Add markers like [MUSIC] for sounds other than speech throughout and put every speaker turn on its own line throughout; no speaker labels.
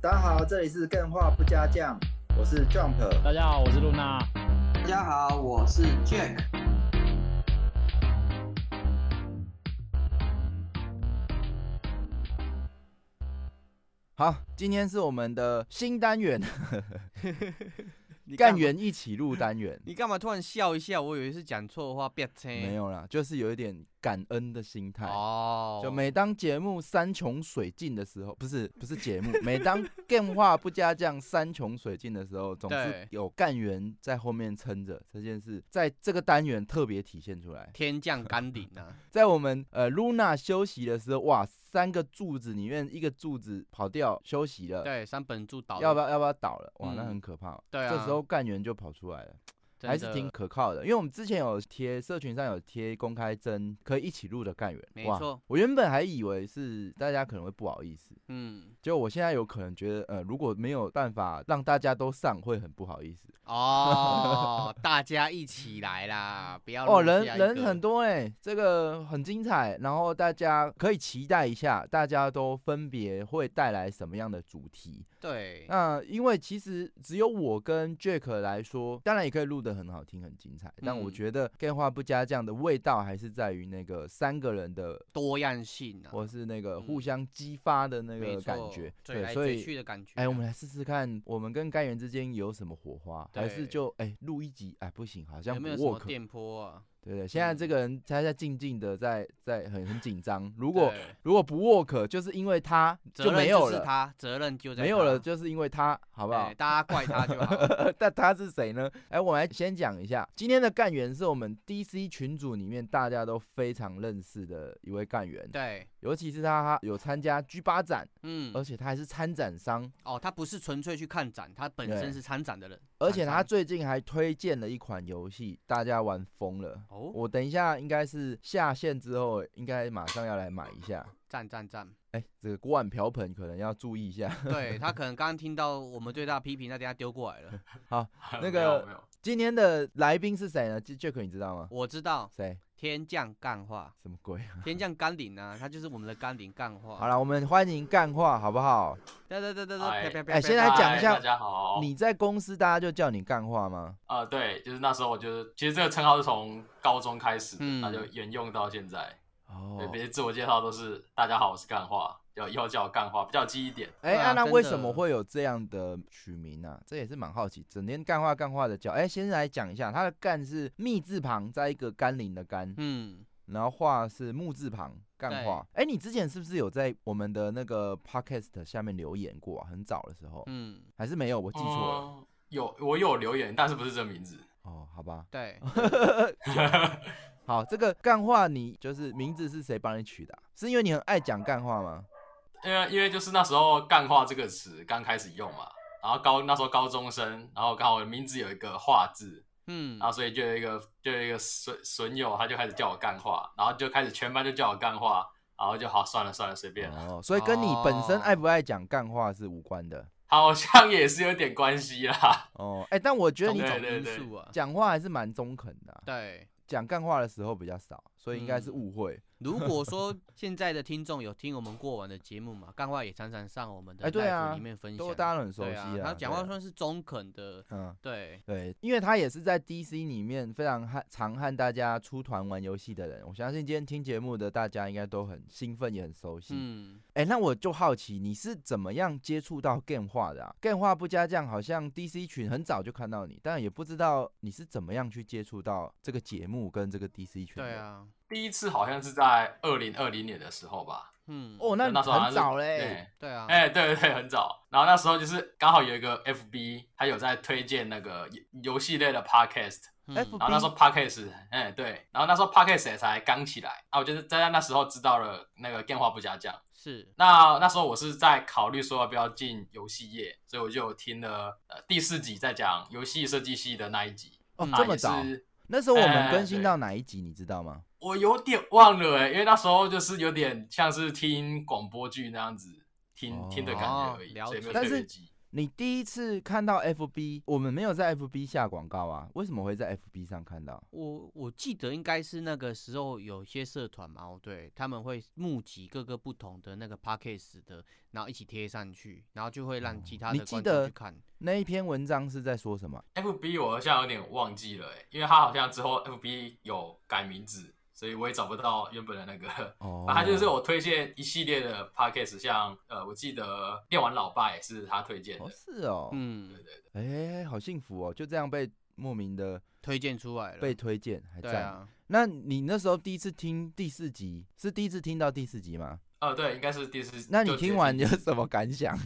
大家好，这里是更画不加酱，我是 Jump。
大家好，我是露娜。
大家好，我是 Jack。
好，今天是我们的新单元
[LAUGHS] 你
干
嘛
员一起录单
[LAUGHS]
元，
你干嘛突然笑一笑？我以为是讲错话，别听。
没有啦，就是有一点感恩的心态。
哦，
就每当节目山穷水尽的时候，不是不是节
[LAUGHS]
目，每当电话不加酱山穷水尽的时候，总是
对
有干员在后面撑着这件事，在这个单元特别体现出来。
天降甘霖啊！
在我们呃 Luna 休息的时候，哇，三个柱子里面一个柱子跑掉休息了，
对，三本柱倒了，
要不要要不要倒了？哇，
嗯
那很可怕哦。
对啊
这时候干员就跑出来了。
真
还
的
是挺可靠的，因为我们之前有贴社群上有贴公开征可以一起录的干员，
没
哇
错。
我原本还以为是大家可能会不好意思，
嗯
结果我现在有可能觉得，呃，如果没有办法让大家都上，会很不好意思。 [LAUGHS]
哦，大家一起来啦，不要
哦，
留
人
下一
人
个
很多哎、这个很精彩，然后大家可以期待一下，大家都分别会带来什么样的主题。
对，
那因为其实只有我跟 Jack 来说，当然也可以录得很好听、很精彩，但我
嗯
觉得电话不加酱的味道还是在于那个三个人的，
多样性啊，
或是那个
嗯
互相激发的那
没
个
错
感觉。
追
对，
来
所
追去
以。
的感觉啊。
哎，我们来试试看，我们跟干员之间有什么火花，还是
对
就哎录一集？哎，不行，好像
有
不
没有什么
work。
电波啊？
对对，现在这个人他在静静的在在很很紧张，如果
对
如果不 work，就是因为他就
责
没
任
有
就是
了，
他，责任就在
没有了，
他，
就是因为他，好不好
哎？大家怪他就好。
[LAUGHS] 但他是谁呢？哎，我们来先讲一下，今天的干员是我们 DC 群组里面大家都非常认识的一位干员，
对，
尤其是他有参加 G 八展， [LAUGHS]
嗯，
而且他还是参展商，
哦，他不是纯粹去看展，他本
对
身是参展的人，
而且他
展商
最近还推荐了一款游戏，大家玩疯了。
哦，
我等一下应该是下线之后，应该马上要来买一下。
赞赞赞。
哎，这个锅碗瓢盆可能要注意一下。 [LAUGHS]
对他可能刚刚听到我们对他的批评，他等下丢过来了。
[LAUGHS]
那
没有没
个
有
今天的来宾是谁呢？Jack，你知道吗？
我知道
谁？
天降干话，
什么鬼？
天降甘霖啊，他就是我们的甘霖干
[LAUGHS]
话。
好，了，我们欢迎干话，好不好？
对对对对对，
哎
啪啪啪
哎现在
啪啪
讲一下
嗨大家好，
你在公司大家就叫你干话吗？
啊、对，就是那时候我就是，其实这个称号是从高中开始的，
嗯
那、就沿用到现在。
哦
对，别人自我介绍都是大家好，我是干话，要以后叫我干话比较有记忆点。
哎，
对啊
啊那
真
为
的
什么会有这样的取名呢、啊？这也是蛮好奇，整天干话干话的叫。哎，先来讲一下，它的干是密字旁加一个甘霖的甘，
嗯，
然后话是木字旁干
对
话。哎，你之前是不是有在我们的那个 podcast 下面留言过啊？很早的时候，
嗯，哦
还是没有？我记错了。
嗯有我有留言，但是不是这名字。
哦，好吧，
对，
好，这个干话你就是名字是谁帮你取的啊、是因为你很爱讲干话吗？
因为因为就是那时候“干话”这个词刚开始用嘛，然后高那时候高中生，然后刚好我的名字有一个“话”字，
嗯
然，后所以就有一个就有一个损损友，他就开始叫我干话，然后就开始全班就叫我干话，然后就好算了算了随便了，
哦，所以跟你本身爱不爱讲干话是无关的。
好像也是有点关系啦。 [LAUGHS]
哦，哎、但我觉得
种
你
对
种
对
因
对
素啊，
讲话还是蛮中肯的啊、
对。
讲干话的时候比较少，所以应
嗯
该是误会。
如果说现在的听众有听我们过往的节目嘛，干话也常常上我们的
哎对啊
live 里面分享
都，大家都很熟
对
悉
啊，
啦
他讲话
对啊
算是中肯的，
嗯，
对，
对，因为他也是在 DC 里面非常和常和大家出团玩游戏的人，我相信今天听节目的大家应该都很兴奋，也很熟悉。
嗯，
哎、那我就好奇你是怎么样接触到 game 化的啊？game 化不加酱，好像 DC 群很早就看到你，但也不知道你是怎么样去接触到这个节目跟这个 DC 群。
对。啊，
第一次好像是在二零二零年的时候吧，
嗯，
哦，那你
那时候好像
很
是
早嘞、
对
对啊，
哎、对对对，很早。然后那时候就是刚好有一个 FB，他有在推荐那个游游戏类的 podcast，
嗯
FB
然后那时候 podcast，哎、对，然后那时候 podcast 也才刚起来，啊，我就是在那时候知道了那个电话不加酱。
是，
那那时候我是在考虑说要不要进游戏业，所以我就有听了呃第四集在讲游戏设计系的那一集，
哦
嗯，
这
啊
么
也
早？
是
那时候我们
哎
更新
对
到哪一集，你知道吗？
我有点忘了哎、因为那时候就是有点像是听广播剧那样子听、听的感觉而
哦
已，
了
所以没有
解
特别记。
你第一次看到 FB，我们没有在 FB 下广告啊，为什么会在 FB 上看到？
我我记得应该是那个时候有一些社团嘛，哦对，他们会募集各个不同的那个 p a c k a g e 的，然后一起贴上去，然后就会让其他
哦你
的
记
观
得哦
众去看。
那一篇文章是在说什么？
FB 我好像有点忘记了、欸，因为他好像之后 FB 有改名字，所以我也找不到原本的那个。
哦
啊反正他就是我推荐一系列的 podcast，像呃，我记得电玩老爸也是他推荐的
哦，，是哦，
嗯，
哎、好幸福哦，就这样被莫名的
推荐出
啊
来了。
被推荐，还
对
在。
啊，
那你那时候第一次听第四集，是第一次听到第四集吗？
呃，对，应该是第四。
那你
就直接
听完有什么感想？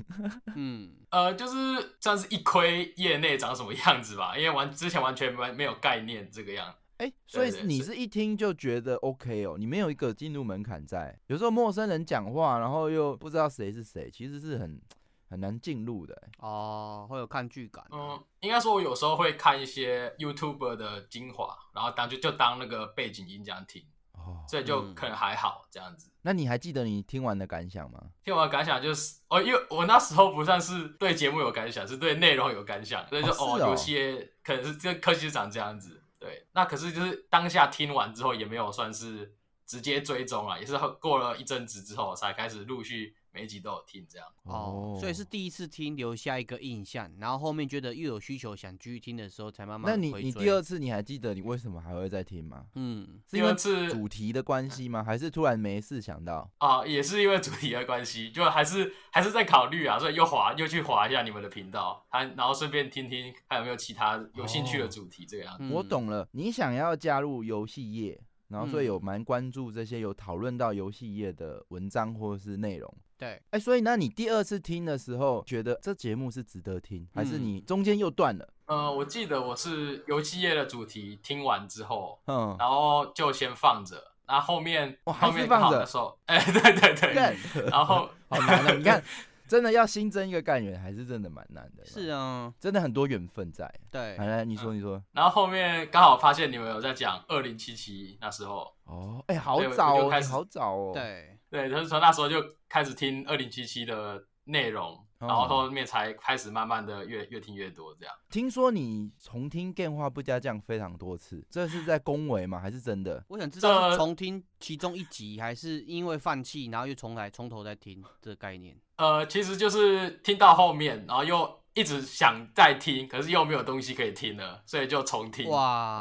嗯，
呃，就是算是一窥业内长什么样子吧，因为完之前完全没没有概念这个样。
哎、所以
对对
你
所
是一听就觉得 OK 哦，你没有一个进入门槛在。有时候陌生人讲话，然后又不知道谁是谁，其实是很很难进入的、欸
哦，会有抗拒感、啊。
嗯，应该说，我有时候会看一些 YouTuber 的精华，然后当就就当那个背景音这样听，
哦，
所以就
嗯
可能还好这样子。
那你还记得你听完的感想吗？
听完的感想就是，哦，因为我那时候不算是对节目有感想，是对内容有感想，所以就
哦
哦，
是哦
有些可能是这科技是长这样子，对。那可是就是当下听完之后，也没有算是直接追踪啊，也是过了一阵子之后才开始陆续每一集都有听这样。
哦，所以是第一次听留下一个印象，然后后面觉得又有需求想继续听的时候，才慢慢
那你
回
你
追
第二次你还记得你为什么还会再听吗？
嗯
是因为
第二次
主题的关系吗？还是突然没事想到？
啊，也是因为主题的关系，就还是还是在考虑啊，所以又滑又去滑一下你们的频道，还然后顺便听听还有没有其他有兴
哦
趣的主题这个样子。
嗯
我懂了，你想要加入游戏业，然后所以有
嗯
蛮关注这些有讨论到游戏业的文章或是内容。
对，
哎、所以那你第二次听的时候，觉得这节目是值得听，还是
嗯
你中间又断了？
呃，我记得我是游戏业的主题听完之后，
嗯，
然后就先放着，然后后面
哦还
后
是
面
放着
考的时候，哎、 [LAUGHS] 对对
干
对，然后
好难哦！你看，真的要新增一个干员，还是真的蛮难的。
是，啊，
真的很多缘分在。
对
来，来，你
嗯
说，你说。
然后后面刚好发现你们有在讲二零七七那时候，
哦，哎、好
对我
早
就
哦，
开
你
始
好早哦。，
对，
对，就是从那时候就开始听二零七七的内容，然
哦
后后面才开始慢慢的越越听越多这样。
听说你重听《电话不加酱》非常多次，这是在恭维吗？还是真的？
我想知道是
这
重听其中一集，还是因为放弃，然后又重来，从头再听这个概念。
呃，其实就是听到后面，然后又一直想再听，可是又没有东西可以听了，所以就重听。啊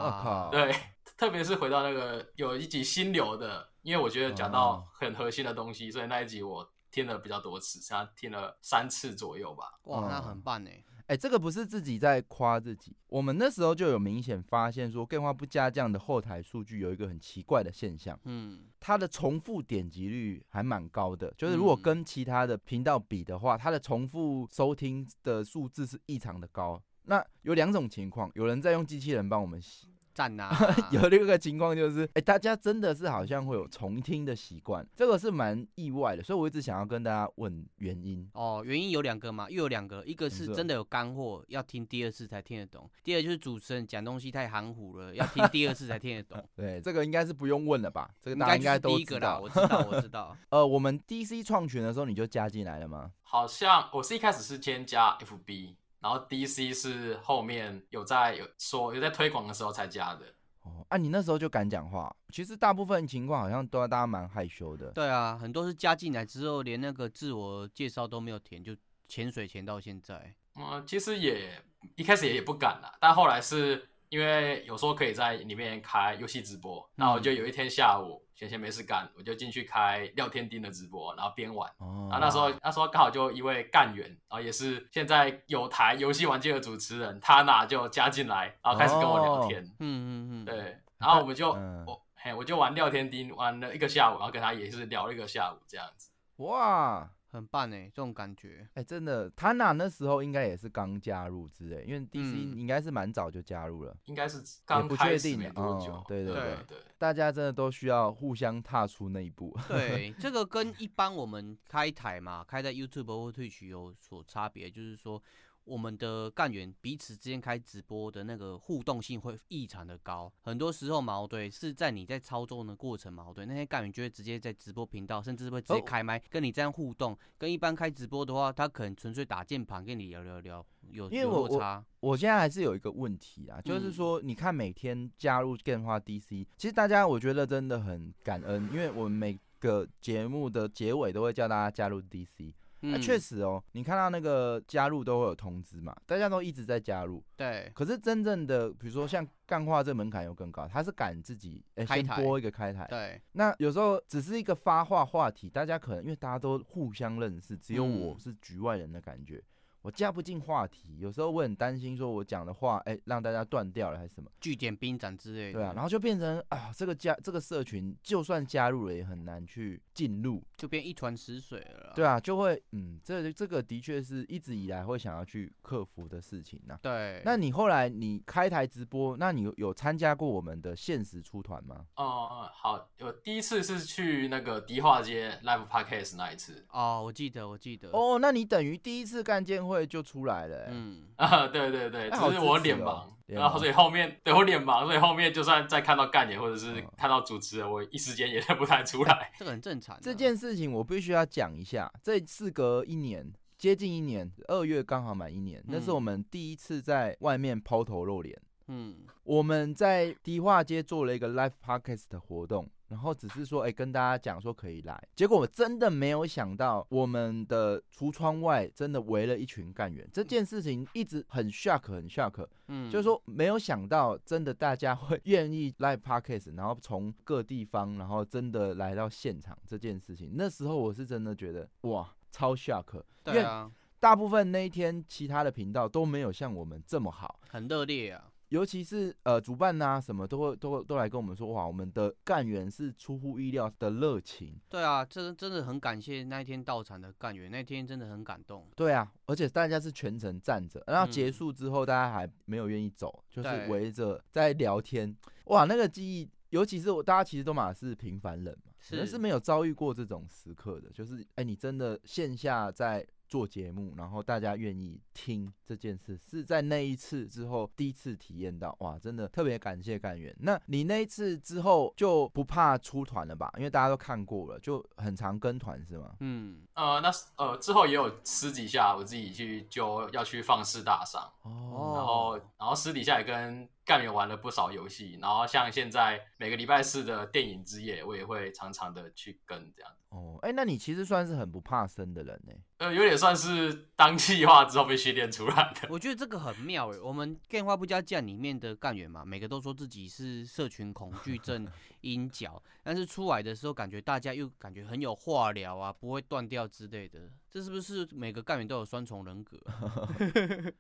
我、
哇，
靠！
对，特别是回到那个有一集心流的，因为我觉得讲到
哦
很核心的东西，所以那一集我听了比较多次，像听了三次左右吧。
哇，那
嗯
很棒哎，
哎、这个不是自己在夸自己，我们那时候就有明显发现说，《电话不加酱》的后台数据有一个很奇怪的现象。
嗯，
它的重复点击率还蛮高的，就是如果
嗯
跟其他的频道比的话，它的重复收听的数字是异常的高。那有两种情况，有人在用机器人帮我们洗，，
赞呐
[LAUGHS] 有另一个情况就是，哎、大家真的是好像会有重听的习惯，这个是蛮意外的，所以我一直想要跟大家问原因。
哦，原因有两个嘛，又有两个，一个
怎
是
么说
真的有干货，要听第二次才听得懂；，第二就是主持人讲东西太含糊了，要听第二次才听
[LAUGHS]
得懂。
对，这个应该是不用问了吧？这个
应
大家
该
应
就是
该都
第一
知
个啦，
道
我。知道，
[LAUGHS]
我知道。
呃，我们 DC 创群的时候你就加进来了吗？
好像我是一开始是先加 FB，然后 DC 是后面有在有说有在推广的时候才加的。
哦，啊，你那时候就敢讲话，其实大部分情况好像都大家蛮害羞的。
对啊，很多是加进来之后，连那个自我介绍都没有填，就潜水潜到现在。
嗯，其实也一开始也不敢啦，但后来是因为有时候可以在里面开游戏直播，然
嗯
后我就有一天下午闲闲没事干，我就进去开聊天钉的直播，然后边玩。啊
哦
啊
然后那时候那时候刚好就一位干员，然后也是现在有台游戏玩界的主持人，他那就加进来，然后开始跟我聊天。
嗯嗯嗯，，
对，然后我们就、
哦嗯
我嘿我就玩聊天钉玩了一个下午，然后跟他也是聊了一个下午这样子。
哇，
很棒哎，这种感觉。
哎、真的，他那那时候应该也是刚加入之类，因为 DC
嗯
应该是蛮早就加入了，
应该是刚
不
开
确
始
定
没
啊
多
哦
久，
对
对
对
对
对，
大家真的都需要互相踏出那一步。 [LAUGHS]
对，这个跟一般我们开台嘛，开在 YouTube 或 Twitch 有所差别，就是说我们的干员彼此之间开直播的那个互动性会异常的高。很多时候矛盾是在你在操作的过程矛盾，那些干员就会直接在直播频道，甚至会直接
哦
开麦跟你这样互动。跟一般开直播的话，他可能纯粹打键盘跟你聊聊聊，有
因为
有
我
落差。
我现在还是有一个问题啊，就是
嗯
说，你看每天加入电话 DC，、其实大家我觉得真的很感恩，因为我们每个节目的结尾都会叫大家加入 DC，那
嗯
确、实哦，你看到那个加入都会有通知嘛，大家都一直在加入，
对，
可是真正的比如说像干话这门槛又更高，他是敢自己、哎
开
先
台
播一个开台，
对，
那有时候只是一个发话话题，大家可能因为大家都互相认识，只有我
嗯
是局外人的感觉，我加不进话题。有时候我很担心，说我讲的话，哎、让大家断掉了还是什么？
据点兵展之类的。
对啊，然后就变成啊，这个加这个社群，就算加入了也很难去进入。
就变一船死水了啦。
对啊，就会嗯，这这个的确是一直以来会想要去克服的事情呐、
对，
那你后来你开台直播，那你有有参加过我们的限时出团吗？
哦、嗯，好，我第一次是去那个迪化街 live podcast 那一次，
哦，我记得，我记得。
哦，那你等于第一次干见会就出来了、欸。
嗯，
啊，对对对，
那
只
好
是
支
我
持
脸
哦
盲，
脸
然后所以后面对我脸盲，所以后面就算再看到干爷或者是
嗯
看到主持人，我一时间也认不太出来。 [LAUGHS]
这个很正常啊。
这件事情我必须要讲一下，这事隔一年，接近一年，二月刚好满一年，那是我们第一次在外面抛头露脸。
嗯，
我们在迪化街做了一个 live podcast 的活动，然后只是说，哎、跟大家讲说可以来。结果我真的没有想到，我们的橱窗外真的围了一群干员。这件事情一直很 shock，很 shock。
嗯，
就是说没有想到，真的大家会 [LAUGHS] 愿意 live podcast，然后从各地方，然后真的来到现场这件事情。那时候我是真的觉得哇，超 shock，因
对
为
啊，
大部分那一天其他的频道都没有像我们这么好。
很热烈啊。
尤其是呃，主办呐、什么都会都会都来跟我们说，哇，我们的干员是出乎意料的热情，
对啊，这真的很感谢那一天到场的干员，那天真的很感动。
对啊，而且大家是全程站着，然后
嗯
结束之后大家还没有愿意走，就是
对
围着在聊天。哇，那个记忆，尤其是我大家其实都嘛是平凡人嘛，可能
是
是没有遭遇过这种时刻的，就是哎，你真的线下在。做节目，然后大家愿意听这件事，是在那一次之后第一次体验到，哇，真的特别感谢干员。那你那一次之后就不怕出团了吧？因为大家都看过了，就很常跟团是吗？
嗯，
呃，那是呃之后也有私底下我自己去就要去放肆大赏，
哦
然后然后私底下也跟干员玩了不少游戏，然后像现在每个礼拜四的电影之夜，我也会常常的去跟这样。
哦，哎、那你其实算是很不怕生的人呢、
呃，有点算是当计划之后被训练出来的。
我觉得这个很妙诶、我们电话不加酱里面的干员嘛，每个都说自己是社群恐惧症
[LAUGHS]
阴角，但是出来的时候感觉大家又感觉很有话聊啊，不会断掉之类的。这是不是每个干员都有双重人格啊？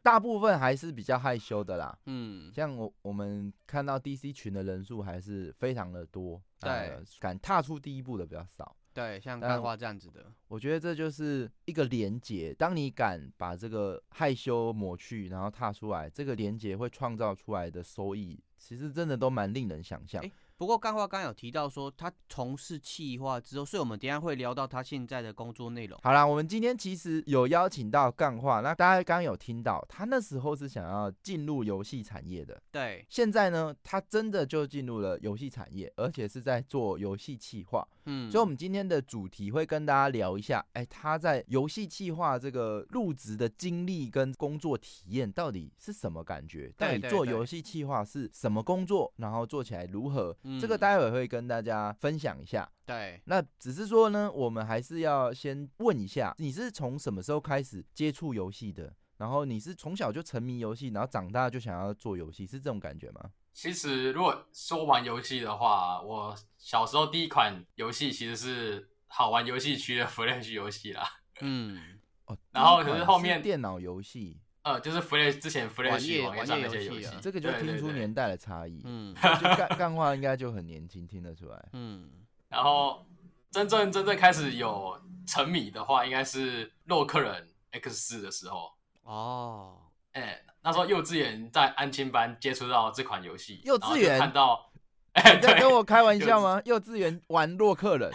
大部分还是比较害羞的啦。
嗯，
像我我们看到 DC 群的人数还是非常的多，
对
呃敢踏出第一步的比较少。
对，像
但
干话这样子的，
我觉得这就是一个连结，当你敢把这个害羞抹去，然后踏出来，这个连结会创造出来的收益，其实真的都蛮令人想象。
诶不过干话刚刚有提到说他从事企划之后，所以我们等一下会聊到他现在的工作内容。
好啦，我们今天其实有邀请到干话，那大家刚刚有听到，他那时候是想要进入游戏产业的，
对，
现在呢，他真的就进入了游戏产业，而且是在做游戏企划。
嗯，
所以，我们今天的主题会跟大家聊一下，哎，他在游戏企划这个入职的经历跟工作体验到底是什么感觉？到
对
底
对
做
对
游戏企划是什么工作？然后做起来如何？这个
嗯
待会会跟大家分享一下。
对，
那只是说呢，我们还是要先问一下，你是从什么时候开始接触游戏的？然后你是从小就沉迷游戏，然后长大就想要做游戏，是这种感觉吗？
其实如果说玩游戏的话，我小时候第一款游戏其实是好玩游戏区的 [LAUGHS] Flash 游戏啦，
嗯，
哦，
然后
第一
可是
款
后面
电脑游戏，
呃，就是 Flash 之前 Flash
页
网页
网
上
页
那些
游
游
戏
戏
啊，
这个就
嗯对
听出。
对对
年代的差异。
嗯
就干干话应该就很年轻，听得出
[LAUGHS]
来。
嗯，
然后真正真正开始有沉迷的话，应该是洛克人 X 四的时候，
哦，
哎、那时候幼稚园在安亲班接触到这款游戏，
幼
然后
稚
就
园
看到，哎、
你在
对， [LAUGHS]
跟我开玩笑吗？幼稚园玩洛克人，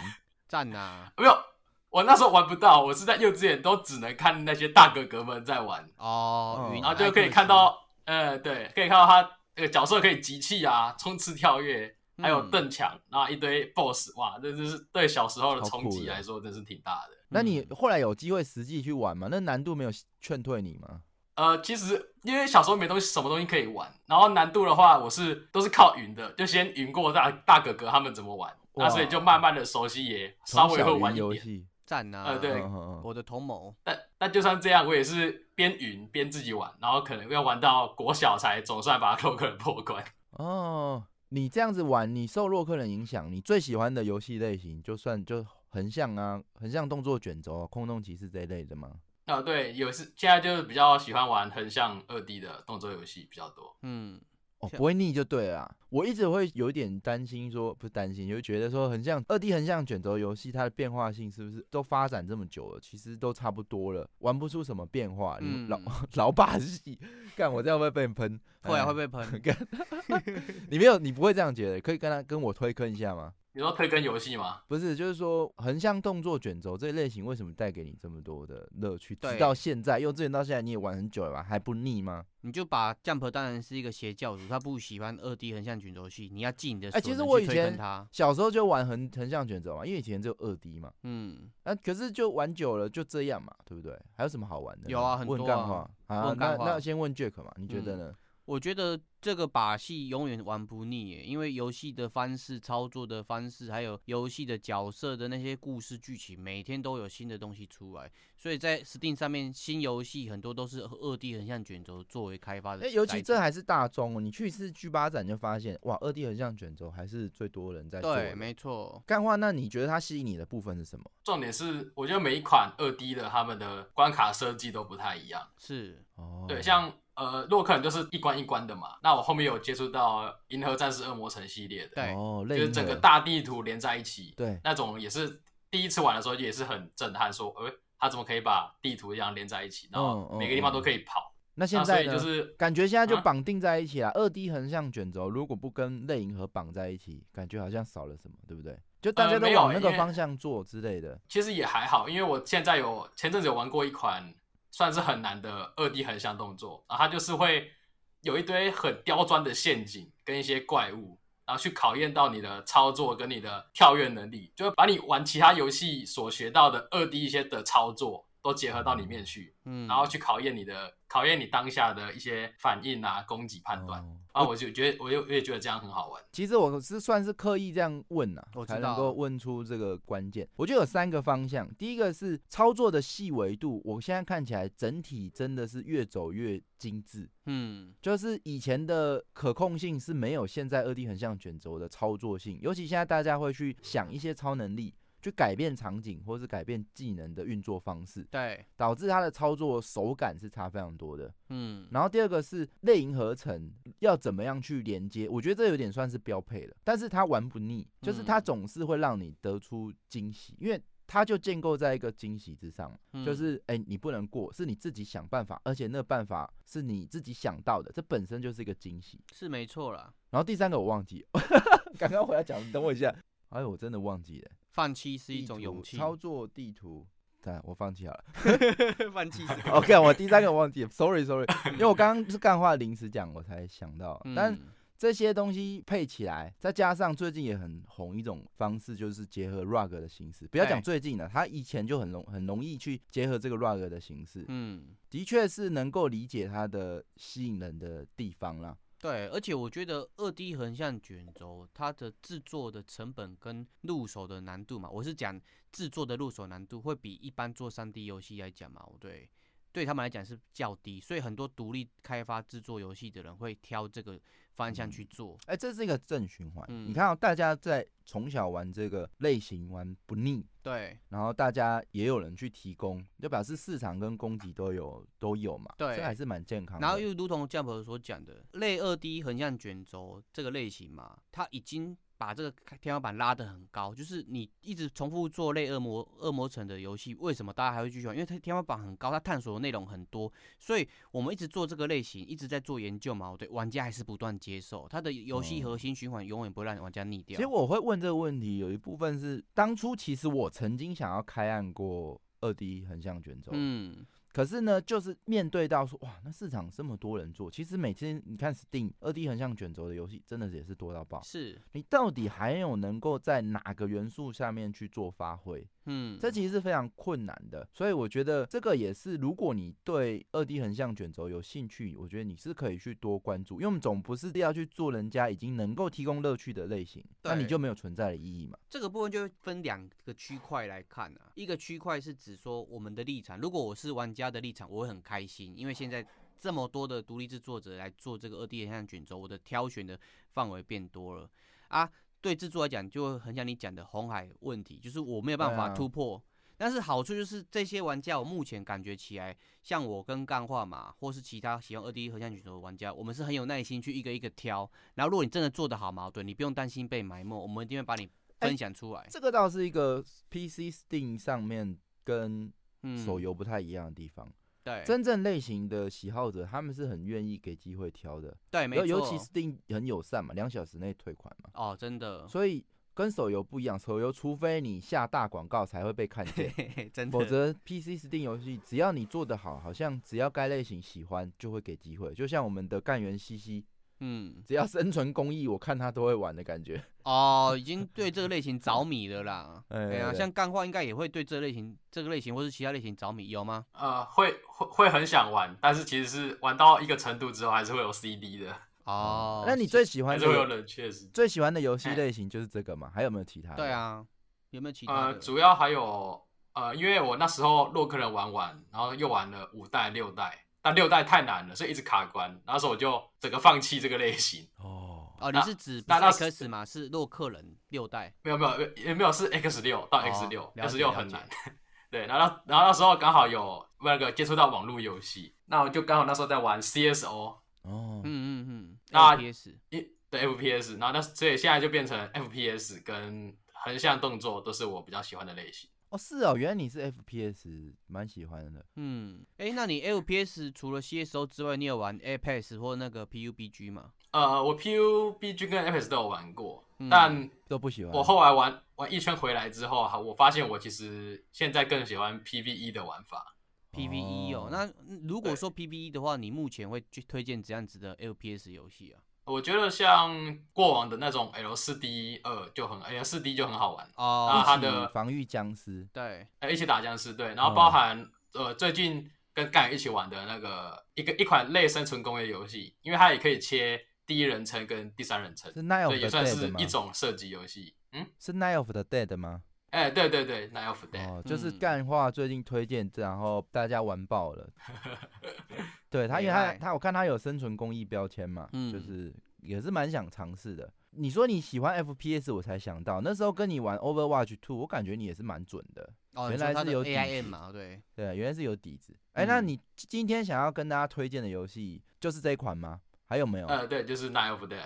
赞呐、
没有，我那时候玩不到，我是在幼稚园都只能看那些大哥哥们在玩，
哦
嗯，
云
然后就可以看到，呃，对，可以看到他那个角色可以集气啊，冲刺跳跃，还有
嗯
蹬墙，然后一堆 BOSS，哇，这就是对小时候的
超
冲
酷
击
的
来说，真是挺大的。
那你
嗯
后来有机会实际去玩吗？那难度没有劝退你吗？
呃，其实因为小时候没东西，什么东西可以玩，然后难度的话，我是都是靠云的，就先云过大大哥哥他们怎么玩，那、
哇
所以就慢慢的熟悉也稍
从
微
小
会
云
玩一
游
点。
戏，
赞啊，
呃对
嗯嗯嗯
我的同谋，
但但就算这样，我也是边云边自己玩，然后可能要玩到国小才总算 [LAUGHS] 把洛克人破关。
哦，你这样子玩，你受洛克人影响，你最喜欢的游戏类型，就算就横向啊，横向动作卷轴、啊、空洞骑士这一类的吗？
啊、对，有是现在就是比较喜欢玩横向二 D 的动作游戏比较多。
嗯，
哦，
像
不会腻就对了啊。我一直会有点担心说，不是担心，就觉得说，横向二 D 横向卷轴游戏它的变化性是不是都发展这么久了，其实都差不多了，玩不出什么变化。你们老、
嗯
[LAUGHS] 老把戏，干我这样会被喷，
后来
哎
[LAUGHS] 会被喷，
干。你没有，你不会这样觉得？可以跟他跟我推坑一下吗？
你说推跟游戏吗？
不是，就是说横向动作卷轴这一类型，为什么带给你这么多的乐趣？直
对
到现在，幼稚园到现在你也玩很久了吧，还不腻吗？
你就把 Jump 当然是一个邪教主，他不喜欢二 D 横向卷轴游戏，你要尽你的
哎
所
其实
能
我
去
以
推坑
前
他，
小时候就玩横横向卷轴嘛，因为以前只有二 D 嘛，
嗯，
那、可是就玩久了就这样嘛，对不对？还有什么好玩的呢？
有啊很
问
多
干
啊
话啊，
问
那
干
那
话嗯
先问 Jack 嘛，你觉得呢？
我觉得这个把戏永远玩不腻耶，因为游戏的方式、操作的方式，还有游戏的角色的那些故事剧情，每天都有新的东西出来。所以在 Steam 上面，新游戏很多都是二 D 横向卷轴作为开发
哎、
的载体。
尤其这还是大中哦，你去一次 G 八展就发现，哇，二 D 横向卷轴还是最多人在做
对，
的。
没错，
干话，那你觉得它吸引你的部分是什么？
重点是，我觉得每一款二 D 的他们的关卡设计都不太一样。
是
哦，
对，像呃洛克人就是一关一关的嘛，那我后面有接触到银河战士恶魔城系列的，
对
哦，
就
类
是
银
整个
河
大地图连在一起，
对
那种也是第一次玩的时候也是很震撼，说，呃，他怎么可以把地图这样连在一起，然后每个地方都可以跑？
那嗯现
那所
在
以
呢？
就是
感觉现在就
啊
绑定在一起啦。二、D 横向卷轴如果不跟类银河绑在一起，感觉好像少了什么，对不对？就大
呃
家都
没有
往那
因
个
为
方向做之类的。
其实也还好，因为我现在有前阵子有玩过一款算是很难的二 D 横向动作，然后它就是会有一堆很刁钻的陷阱跟一些怪物，然后去考验到你的操作跟你的跳跃能力，就会把你玩其他游戏所学到的二 D 一些的操作都结合到里面去，
嗯，
然后去考验你的考验你当下的一些反应啊、攻击判断。
哦
啊，我就觉得，我就我也觉得这样很好玩。
其实我是算是刻意这样问呐、
我知
才能
道
够问出这个关键。我觉得有三个方向，第一个是操作的细维度，我现在看起来整体真的是越走越精致。
嗯，
就是以前的可控性是没有现在二 D 横向卷轴的操作性，尤其现在大家会去想一些超能力，去改变场景或是改变技能的运作方式，
对，
导致它的操作手感是差非常多的。
嗯，
然后第二个是类银合成要怎么样去连接，我觉得这有点算是标配了，但是它玩不腻，就是它
嗯
总是会让你得出惊喜，因为它就建构在一个惊喜之上嘛。就
嗯
是哎、你不能过，是你自己想办法，而且那办法是你自己想到的，这本身就是一个惊喜。
是没错啦。
然后第三个我忘记， [LAUGHS] 刚刚我要讲，你等我一下。哎呦，我真的忘记了，
放弃是一
地
种
图
勇气，
操作地图，对，我放弃好了。
[LAUGHS] 放弃是
OK，我第三个我忘记了，sorry sorry，因为
[LAUGHS]
我刚刚是干话临时讲，我才想到。 [LAUGHS] 但
嗯
这些东西配起来，再加上最近也很红一种方式，就是结合 rug 的形式。不要讲
哎
最近了，他以前就很容很容易去结合这个 rug 的形式。
嗯。
的确是能够理解它的吸引人的地方啦。
对，而且我觉得二 D 横向卷轴它的制作的成本跟入手的难度嘛，我是讲制作的入手难度会比一般做三 D 游戏来讲嘛，我对对他们来讲是较低，所以很多独立开发制作游戏的人会挑这个方向去做。
哎、这是一个正循环。你
嗯
看、哦，大家在从小玩这个类型玩不腻，
对
然后大家也有人去提供，就表示市场跟供给都有都有嘛。
对
这还是蛮健康的。
然后又如同 Jump 所讲的，类二 D 横向卷轴这个类型嘛，它已经把这个天花板拉得很高，就是你一直重复做类恶魔恶魔城的游戏，为什么大家还会继续玩？因为它天花板很高，它探索的内容很多，所以我们一直做这个类型，一直在做研究嘛，对玩家还是不断接受，它的游戏核心循环永远不会让玩家腻掉。
哦其实我会问这个问题，有一部分是当初其实我曾经想要开案过二 D 横向卷轴，
嗯，
可是呢，就是面对到说，哇，那市场这么多人做，其实每天你看 Steam 二 D 横向卷轴的游戏，真的也是多到爆。
是，
你到底还有能够在哪个元素下面去做发挥？
嗯，
这其实是非常困难的，所以我觉得这个也是，如果你对二 D 横向卷轴有兴趣，我觉得你是可以去多关注，因为我们总不是要去做人家已经能够提供乐趣的类型，那你
对
就没有存在的意义嘛。
这个部分就会分两个区块来看啊，一个区块是指说我们的立场，如果我是玩家的立场，我会很开心，因为现在这么多的独立制作者来做这个二 D 横向卷轴，我的挑选的范围变多了啊。对制作来讲，就会很像你讲的红海问题，就是我没有办法
对啊
突破。但是好处就是这些玩家，我目前感觉起来，像我跟干话嘛，或是其他喜欢二 D 横向卷轴的玩家，我们是很有耐心去一个一个挑。然后如果你真的做的好矛盾，你不用担心被埋没，我们一定会把你
哎
分享出来。
这个倒是一个 PC Steam 上面跟
嗯
手游不太一样的地方，
对，
真正类型的喜好者他们是很愿意给机会挑的，
对，没
尤
错，
尤其 Steam 很友善嘛，两小时内退款嘛，
哦，真的，
所以跟手游不一样，手游除非你下大广告才会被看 [LAUGHS] 见。
嘿嘿 [LAUGHS] 真的，
否则 PC Steam 游戏只要你做得好，好像只要该类型喜欢就会给机会，就像我们的干员西西，
嗯，
只要生存公益，我看他都会玩的感觉。
哦，已经对这个类型着迷了啦。
[LAUGHS] 哎
对啊，
对
像干话应该也会对这类型、这个类型或是其他类型着迷，有吗？
呃，会会会很想玩，但是其实是玩到一个程度之后，还是会有 CD 的，
哦，
[LAUGHS]
哎
那你最喜欢
还是会有
的
冷却时。
最喜欢的游戏类型就是这个嘛？还有没有其他？
对，啊，有没有其他
呃，
的？
主要还有呃，因为我那时候洛克人玩完，然后又玩了五代、六代，但六代太难了，所以一直卡关。那时候我就整个放弃这个类型，
哦，
哦，你是指不
那
是
那
X 嘛？是洛克人六代，
没有没有也没有是 X 六到
哦
呃 X 六、
了
X
解
六
了
很
解
难。对，然后那然后那时候刚好有那个接触到网络游戏，那我就刚好那时候在玩 CSO，
哦，
嗯嗯嗯，
那
PS
一的 FPS，然后那所以现在就变成 FPS 跟横向动作都是我比较喜欢的类型。
哦是哦，原来你是 FPS，蛮喜欢的。
嗯，哎，那你 FPS 除了 CSO 之外，你有玩 Apex 或那个 PUBG 吗？
呃，我 PUBG 跟 FPS 都有玩过，
嗯
但
都不喜欢。
我后来玩玩一圈回来之后，哈，我发现我其实现在更喜欢 PVE 的玩法。
PVE 哦
哦，
那嗯如果
对
说 PVE 的话，你目前会去推荐怎样子的 LPS 游戏啊？
我觉得像过往的那种 L 四 D 二就很 L 四 D 就很好玩，那
哦，
它
一起
的
防御僵尸
对，
呃，一起打僵尸对，然后包含、
哦
呃最近跟盖一起玩的那个一个一款类生存攻略游戏，因为它也可以切第一人称跟第三人称，
是 Night
所
of
以也
the
算是
Dead 吗
一？种射击游戏。嗯，
是 Night of the Dead 吗？
哎、对对对，Night of Dead，、
哦，就是
嗯
干话最近推荐，然后大家玩爆
[LAUGHS]
了。对他，因为
没
他
赖
他我看他有生存工艺标签嘛，
嗯
就是也是蛮想尝试的。你说你喜欢 FPS，我才想到那时候跟你玩 Overwatch Two，我感觉你也是蛮准的。
哦，
原
你说
来
它
是
的
有底
AIM
子
嘛，对，
对，原来是有底子。哎、那
嗯
你今天想要跟大家推荐的游戏就是这一款吗？还有没有？
呃，对，就是 Night of Dead。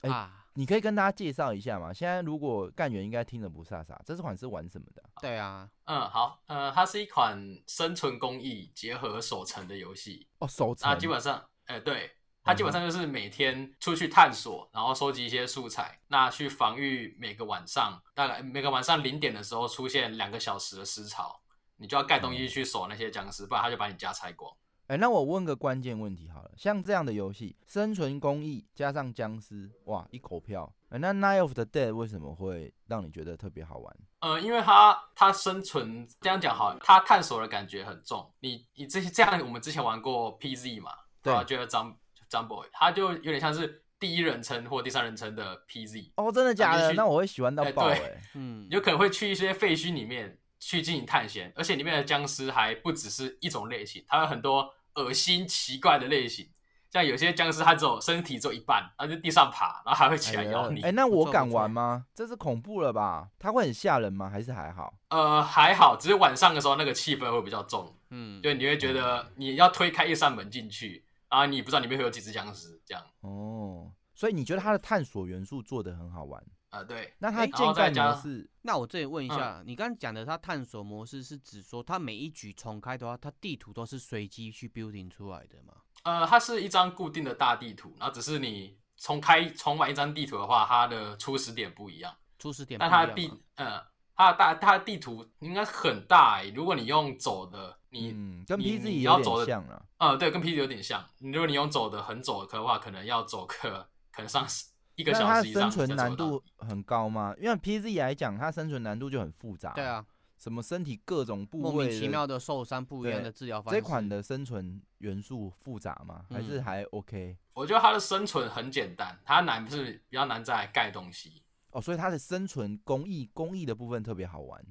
哎
啊，
你可以跟大家介绍一下嘛。现在如果干员应该听得不飒飒，这款是玩什么的啊？
对啊，
嗯，好，呃，它是一款生存工艺结合守城的游戏。
哦，手城。
那啊基本上，哎、对，它基本上就是每天出去探索，然后收集一些素材，那去防御每个晚上，大概呃每个晚上零点的时候出现两个小时的尸潮，你就要盖东西去守那些僵尸，不然他就把你家拆光。
哎、那我问个关键问题好了，像这样的游戏，生存公益加上僵尸，哇，一口票。哎、那 Night of the Dead 为什么会让你觉得特别好玩？
呃，因为它它生存这样讲好了，它探索的感觉很重。你你这些这样，我们之前玩过 PZ 嘛，
对
啊，觉得张张 boy，他就有点像是第一人称或第三人称的 PZ，
哦，真的假
啊你
的？
去
那我会喜欢到
哎
爆哎、
对
嗯
你，有可能会去一些废墟里面去进行探险，而且里面的僵尸还不只是一种类型，它有很多恶心奇怪的类型。像有些僵尸，它只有身体只有一半，它就地上爬，然后还会起来
哎
咬
呦
[LAUGHS] 你。
哎、那
不
我
错
敢
不错
玩吗？这是恐怖了吧？它会很吓人吗？还是还好？
呃，还好，只是晚上的时候那个气氛会比较重，
嗯，
就你会觉得你要推开一扇门进去，然后你不知道里面会有几只僵尸这样。
哦，所以你觉得它的探索元素做得很好玩？
啊，对，
那它
哎
的
然
建
后再
干
加
模式，
那我这里问一
嗯
下，你刚刚讲的它探索模式是指说它每一局重开的话，它地图都是随机去 building 出来的吗？
呃，它是一张固定的大地图，然后只是你重开重玩一张地图的话，它的初始点不一样，
初始点不
但
一
它
样
的
吗
地呃，它的大它的地图应该很大欸、如果你用走的，你、
嗯，跟
你
PZ
你
有
要走
点
的
像啊了。
呃，对，跟 P 有点像。如果你用走的很走的话，可能要走个可能上十一个
那
小
它
时以
生
上才走
存
得
难
到
度很高吗？因为 PZ 来讲，它生存难度就很复杂。
对，啊，
什么身体各种部
莫
位
名其
的
妙的受伤，不一样
对
的治疗方式。
这款的生存元素复杂吗？还是
嗯
还 OK？、
我觉得它的生存很简单，它难是比较难在盖东西。
哦，所以它的生存工艺工艺的部分特别好玩。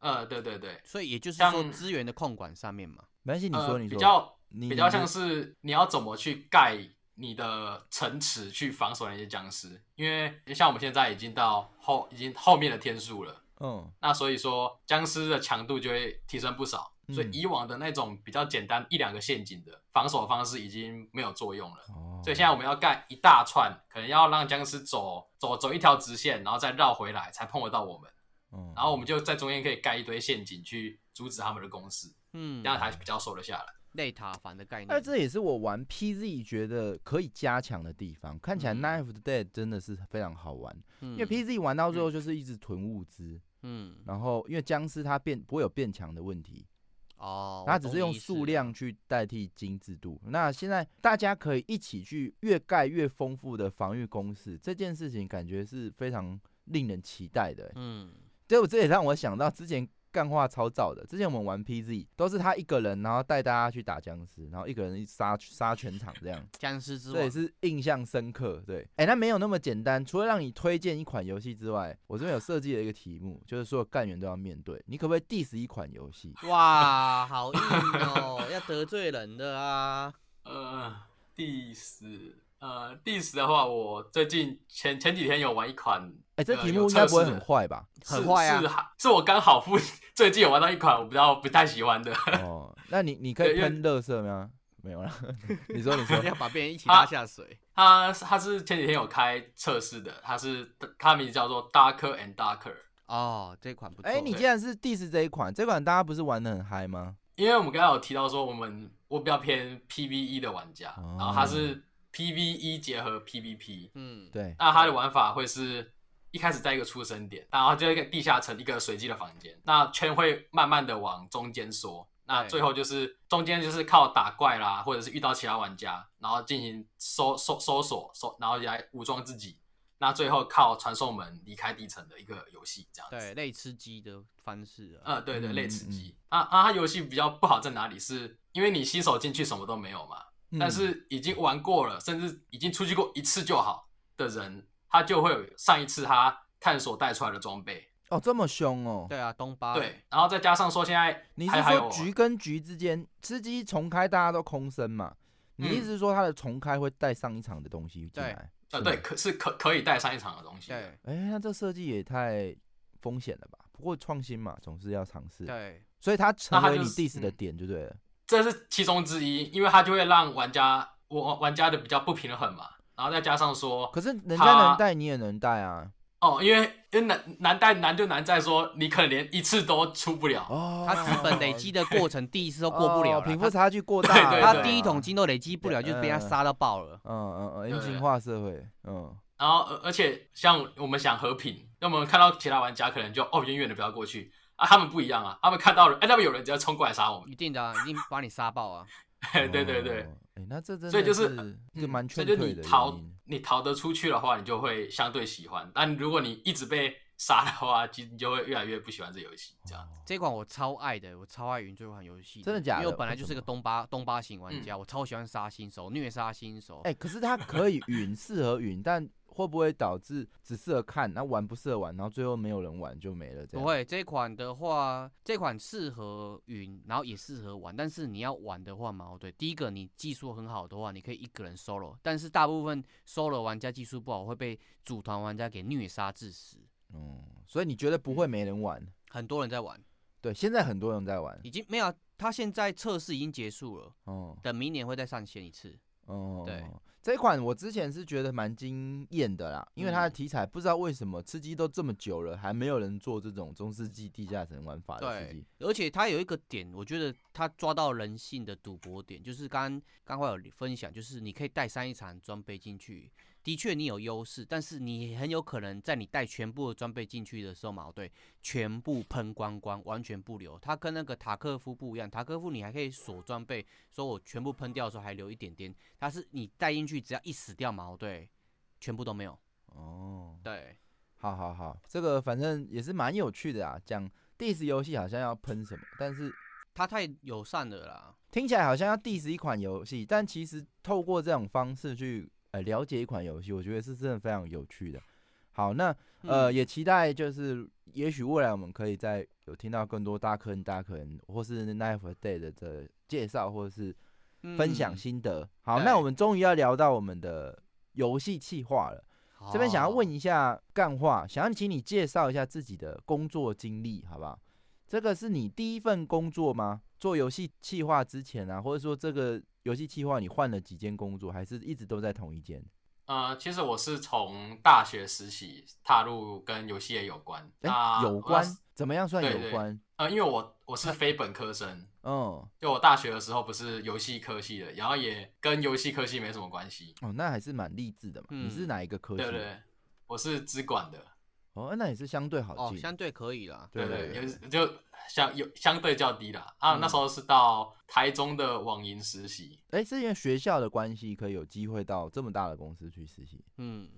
呃，对对对，
所以也就是
像
说资源的控管上面嘛。
没关系，你说、
呃、
你
比
说，
较
你
比较
你
像
的
是你要怎么去盖你的城池去防守那些僵尸，因为像我们现在已经到后已经后面的天数了，
嗯
那所以说僵尸的强度就会提升不少。所以
嗯
以往的那种比较简单一两个陷阱的防守方式已经没有作用了。
哦，
所以现在我们要盖一大串，可能要让僵尸走走走一条直线，然后再绕回来才碰得到我们。
嗯
然后我们就在中间可以盖一堆陷阱去阻止他们的攻势，
嗯
这，样还是比较守得下来。
类塔反的概念。
哎那这也是我玩 PZ 觉得可以加强的地方。看起来
嗯
Knife of the Dead 真的是非常好玩，
因
因
嗯
为 PZ 玩到最后就是一直囤物资，
嗯
然后因为僵尸它变不会有变强的问题，
哦，
它
我
只是
懂
用
你意思
数
了
量去代替精致度。那现在大家可以一起去越盖越丰富的防御攻势，这件事情感觉是非常令人期待的欸。
嗯
结果这也让我想到之前干话超早的，之前我们玩 PZ 都是他一个人，然后带大家去打僵尸，然后一个人杀杀全场这样，
僵尸之
这也
王
是印象深刻。对，哎、那没有那么简单。除了让你推荐一款游戏之外，我这边有设计了一个题目，就是所有干员都要面对，你可不可以 diss 一款游戏？
哇，好硬哦，要得罪人
[LAUGHS]
的啊。
呃，第十，呃，第十的话，我最近前前几天有玩一款，
哎、这
呃
题
有
目应该
测
不会
试
很
的
坏吧？
很
是
坏啊
是哈是我刚好不 [LAUGHS] 最近有玩到一款我比较不太喜欢的， [LAUGHS]
哦，那你你可以
对因为
喷乐色吗？没
[LAUGHS]
有啦，你说你说
不，要把别人一起拉
啊
下水。
它它是前几天有开测试的，它是它名字叫做 Darker and Darker，
哦，这款不错。
哎、你
对
既然是 diss 这一款，这款大家不是玩的很嗨吗？
因为我们刚刚有提到说，我们我比较偏 PVE 的玩家，
哦
然后它是 PVE 结合 PVP，
嗯，
对，
那它的玩法会是一开始在一个出生点，然后就一个地下层一个随机的房间，那圈会慢慢的往中间缩，那
对
最后就是中间就是靠打怪啦，或者是遇到其他玩家，然后进行搜搜搜索搜，然后来武装自己，那最后靠传送门离开地层的一个游戏这样子。
对，类吃鸡的方式啊。
呃，对对，类吃
嗯嗯
鸡。啊啊，它游戏比较不好在哪里是？因为你新手进去什么都没有嘛，
嗯
但是已经玩过了，甚至已经出去过一次就好的人，他就会有上一次他探索带出来的装备。
哦，这么凶哦。
对啊，东巴。
对，然后再加上说现在
你
还
是
还
说
有啊
局跟局之间吃鸡重开，大家都空身嘛？你意思是说它的重开会带上一场的东西进
对
来？
呃
是
嗯对，
吗。
可是可可以带上一场的东西。
对
哎、那这设计也太风险了吧？不过创新嘛，总是要尝试。
对，
所以它成
那它
为
就
你
是
diss 的
嗯
点就对了。
这是其中之一，因为它就会让玩家玩玩家的比较不平衡嘛，然后再加上说
可是人家
它
能带，你也能带啊。
哦，因为因为难难在难就难在说你可能连一次都出不了。
哦，
他资本累积的过程第一次都过不了
哦
啦，
贫
他
富差距过大
[LAUGHS] 对
啊。
对
他
对
第一桶金都累积不了，
对
就被他
嗯
杀到爆了。
嗯嗯嗯，M
对
型化社会，嗯，
然后而呃而且像我们想和平，那我们看到其他玩家可能就哦远远的不要过去啊，他们不一样啊，他们看到人，哎，他们有人直接冲过来杀我们， [LAUGHS]
一定的啊，一定把你杀爆啊！
[LAUGHS] 对对对
哦，，哎、那这真
所以
的
就是
是
嗯
就蛮劝
所以就
退
你
的原
逃
因。
哦
你逃得出去的话，你就会相对喜欢，但如果你一直被杀的话，其实你就会越来越不喜欢这游戏这样。
哦
这款我超爱的，我超爱云这款游戏，
真的假的
因为我本来
为
就
什
是个
么嗯
东巴东巴型玩家，我超喜欢杀新手、虐杀新手。
哎、可是它可以云，适合云，但会不会导致只适合看，那玩不适合玩，然后最后没有人玩就没了？这样
不会，这款的话，这款适合云，然后也适合玩。但是你要玩的话嘛，对，第一个你技术很好的话，你可以一个人 solo，但是大部分 solo 玩家技术不好会被组团玩家给虐杀致死。
嗯，所以你觉得不会
嗯
没人玩？
很多人在玩，
对，现在很多人在玩，
已经没有啊，他现在测试已经结束了，
哦
等明年会再上线一次。
哦，
对，
这一款我之前是觉得蛮惊艳的啦，因为它的
嗯
题材不知道为什么吃鸡都这么久了，还没有人做这种中世纪地下城玩法的吃
对
鸡。，
而且他有一个点，我觉得他抓到人性的赌博点，就是刚刚刚有分享，就是你可以带上一场装备进去，的确你有优势，但是你很有可能在你带全部的装备进去的时候，矛盾全部喷光光，完全不留。它跟那个塔科夫不一样，塔科夫你还可以锁装备，说我全部喷掉的时候还留一点点，它是你带进去只要一死掉矛盾，全部都没有。
哦，
对，
好好好，这个反正也是蛮有趣的啊。讲 diss 游戏好像要喷什么，但是
它太友善了啦。
听起来好像要 diss 一款游戏，但其实透过这种方式去呃了解一款游戏，我觉得是真的非常有趣的。好，那呃、
嗯
也期待就是，也许未来我们可以再有听到更多大坑大坑，或是 Knife Day 的这介绍，或是分享
嗯
心得。好，
对
那我们终于要聊到我们的游戏企划了。
哦
这边想要
好
问一下干话，想要请你介绍一下自己的工作经历，好不好？这个是你第一份工作吗？做游戏企划之前啊，或者说这个游戏企划你换了几间工作，还是一直都在同一间？
呃，其实我是从大学实习踏入跟游戏也有关，
哎、
那
有
我
关
啊那时
怎么样算
对
有
对
关？
呃，因为我我是非本科生，
嗯，
就我大学的时候不是游戏科系的，然后也跟游戏科系没什么关系。
哦，那还是蛮励志的嘛。你是
嗯
哪一个科系？
对对，我是资管的，
哦，那也是相对好
哦，
记。
相对可以啦。
对
对
对
有就相有相对较低啦。啊，
嗯
那时候是到台中的网银实习，
哎、是因为学校的关系，可以有机会到这么大的公司去实习。
嗯，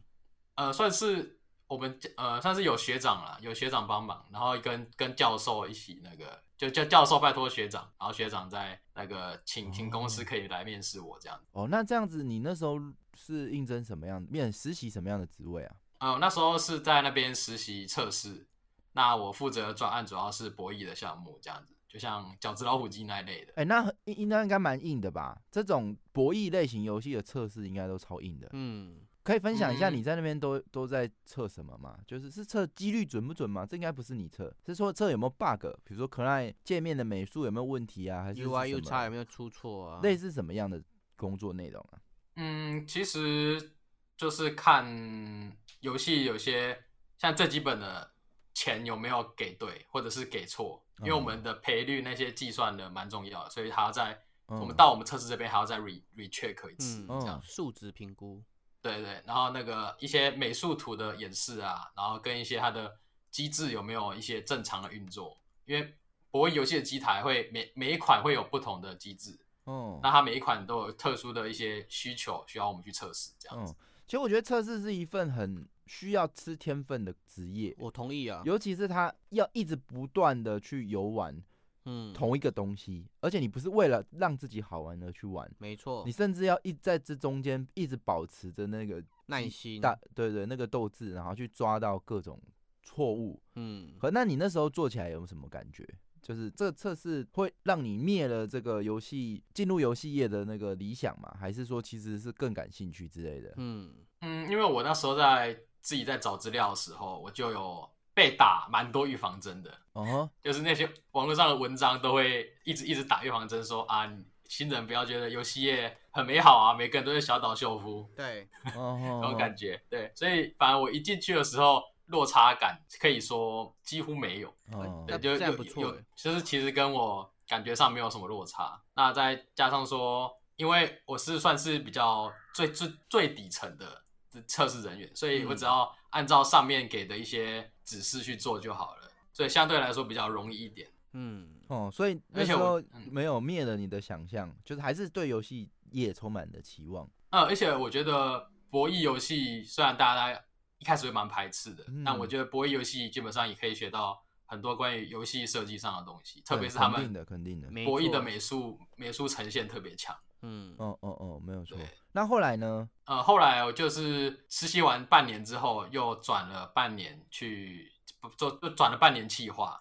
呃，算是我们呃算是有学长啦，有学长帮忙，然后跟跟教授一起那个，就叫教授拜托学长，然后学长在那个请请公司可以来面试我这样。
哦，那这样子，你那时候是应征什么样面实习什么样的职位啊？
呃，那时候是在那边实习测试，那我负责的专案主要是博弈的项目，这样子，就像饺子老虎机那一类的。
哎、那很应那应该蛮硬的吧？这种博弈类型游戏的测试应该都超硬的。
嗯，
可以分享一下
嗯
你在那边都、都在测什么吗？就是是测几率准不准吗？这应该不是你测，是说测有没有 bug，比如说 client 界面的美术有没有问题啊，还是
嗯 U I
是
U
什
差
么
有没有出错啊？
类似什么样的工作内容啊？
嗯，其实就是看游戏有些像最基本的钱有没有给对，或者是给错，因为我们的赔率那些计算的蛮重要的，所以还要在我们
嗯
到我们测试这边还要再 re recheck 一次，
嗯
这样
嗯。
数值评估，
对对，然后那个一些美术图的演示啊，然后跟一些它的机制有没有一些正常的运作，因为博弈游戏的机台会每每一款会有不同的机制，
哦
那它每一款都有特殊的一些需求需要我们去测试，这样
嗯
子。，
其实我觉得测试是一份很需要吃天分的职业，
我同意啊。
尤其是他要一直不断的去游玩
嗯，
同一个东西，而且你不是为了让自己好玩而去玩。
没错
你，甚至要一在这中间一直保持着那个
耐
激
心。
大对对那个斗志，然后去抓到各种错误。
嗯，
可那你那时候做起来有什么感觉？就是这个测试会让你灭了这个游戏进入游戏业的那个理想吗？还是说其实是更感兴趣之类的？
嗯，
嗯，因为我那时候在自己在找资料的时候，我就有被打蛮多预防针的，
哦、哼
[LAUGHS] 就是那些网络上的文章都会一直一直打预防针说啊，你新人不要觉得游戏业很美好啊，每个人都是小岛秀夫。
对，
哦，
那种感
觉
觉。对，所以反正我一进去的时候，落差感可以说几乎没有。
哦
那
对，就
这样
有
不错
有
欸，
就是其实跟我感觉上没有什么落差。那再加上说，因为我是算是比较最最最底层的测试人员，所以
嗯
我只要按照上面给的一些指示去做就好了，所以相对来说比较容易一点。
嗯，
哦，所以那
而且
时
我
候
嗯
没有灭了你的想象，就是还是对游戏业充满了期望。
呃，而且我觉得博弈游戏虽然大家一开始会蛮排斥的，
嗯
但我觉得博弈游戏基本上也可以学到很多关于游戏设计上的东西，特
对
别是他
肯定
们
的，肯定的。
没
博弈的
错，
美术美术呈现特别强。
嗯，
哦哦哦，没有错
对。
那后来呢？
呃，后来我就是实习完半年之后，又转了半年去不做，就转了半年企划。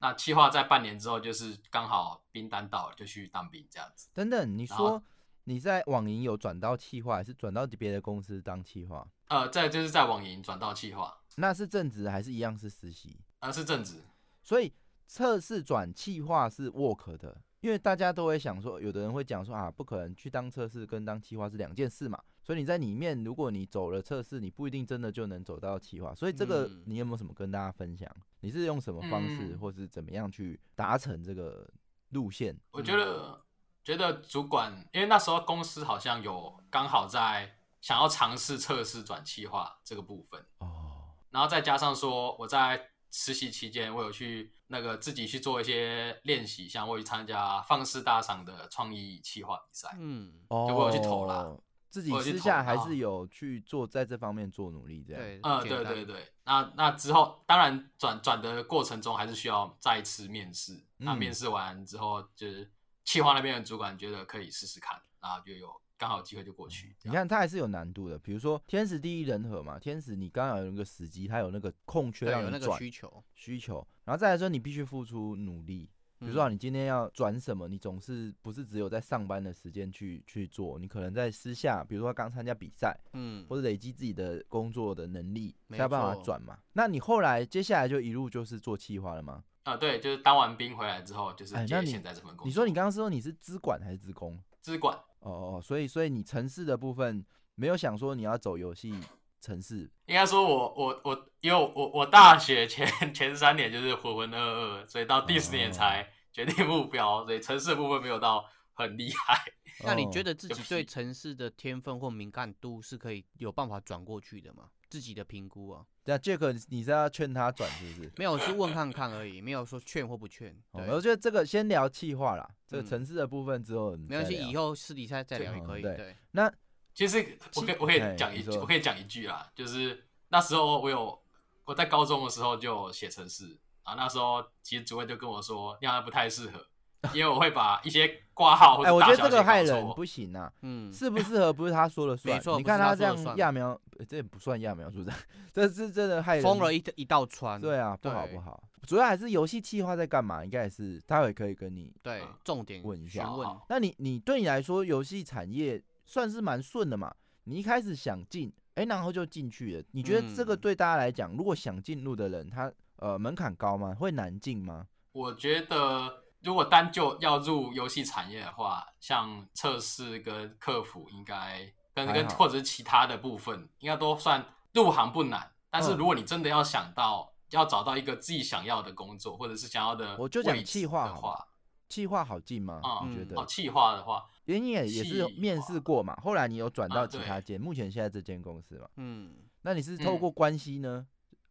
那企划在半年之后，就是刚好兵单到了，就去当兵这样子。
等等，你
然后
说你在网银有转到企划，还是转到别的公司当企划？
呃，再就是在网银转到企划，
那是正职还是一样是实习？
呃，是正职。
所以测试转气化是 work 的，因为大家都会想说，有的人会讲说啊，不可能去当测试跟当企划是两件事嘛。所以你在里面，如果你走了测试，你不一定真的就能走到企划。所以这个
嗯
你有没有什么跟大家分享？你是用什么方式，
嗯
或是怎么样去达成这个路线？
我觉得觉得主管，因为那时候公司好像有刚好在想要尝试测试转企划这个部分，
哦，
然后再加上说我在实习期间，我有去那个自己去做一些练习，像我有去参加放肆大赏的创意企划比赛，
嗯，
哦，
就我有去投啦，
自己
我有去
私
投
下还
啊
是有去做在这方面做努力，这样。
对，
嗯，
简
对
单
对，对，那那之后，当然转转的过程中还是需要再次面试。那
嗯
面试完之后，就是企划那边的主管觉得可以试试看，然后就有刚好机会就过去。这
哦你
样
看，它还是有难度的。比如说，天时地利人和嘛，天时你刚好有那个时机，它有那个空缺
对
让
有那
你
个
转
需求，
需求，然后再来说你必须付出努力。比如说啊，
嗯
你今天要转什么，你总是不是只有在上班的时间去去做，你可能在私下，比如说刚参加比赛，
嗯，
或者累积自己的工作的能力，
没
才有办法
错
转嘛。那你后来接下来就一路就是做企划了吗？
啊、对，就是当完兵回来之后，就是
哎那
接
你
现在这份工作。啊
你说你刚刚说你是资管还是资工？
资管，
哦哦，哦，所以所以你城市的部分没有想说你要走游戏城市，
应该说我我我，因为我我大学前前三年就是浑浑噩噩，所以到第四年
哦
才决定目标，所以城市的部分没有到很厉害。
[LAUGHS]
[LAUGHS]
那你
哦
觉得自
就
己
是
对城市的天分或敏感度是可以有办法转过去的吗？自己的评估啊，
对啊，Jack，你是要劝他转是不是？
没有是问看看而已，没有说劝或不劝。
哦
对，
我觉得这个先聊气化啦，这个
嗯
城市的部分之后
没关系，
后。
以后私底下再
这
聊也
嗯
可以。
对
对，
那
其实我可以我可
哎
以讲
你
一句，
说
我可以讲一句啊，就是那时候我有我在高中的时候就有写程式啊，那时候其实主任就跟我说那样不太适合，因为我会把一些挂号或
哎、
者
我觉
大
得
小
这
写
个
搞
害人
错
不行啊，
嗯，
适不适合不是他说了算。
没错
你
不是
看
他
他
说
这样
了算
揠苗，呃这也不算揠苗助长，这是真的害人。
封了一一道川。
对啊，不好
对
不好。主要还是游戏企划在干嘛，应该也是待会可以跟你。
对
啊，
重点
问一
询
下啊
问
好
那你你对你来说，游戏产业算是蛮顺的嘛？你一开始想进，哎、然后就进去了。你觉得这个
嗯
对大家来讲，如果想进入的人，他呃门槛高吗？会难进吗？
我觉得如果单就要入游戏产业的话，像测试跟客服应该跟
还
跟
好
或者是其他的部分，应该都算入行不难。但是
嗯
如果你真的要想到、要找到一个自己想要的工作，或者是想要的
我就讲
位置
企划
的
好
话，
企划好进吗？
嗯
你觉得？
哦，企划的话，
因为你也也是有
计
面
划
试过嘛，后来你有转
啊
到其
对
他间，目前现在这间公司嘛，
嗯，
那你是透过关系呢，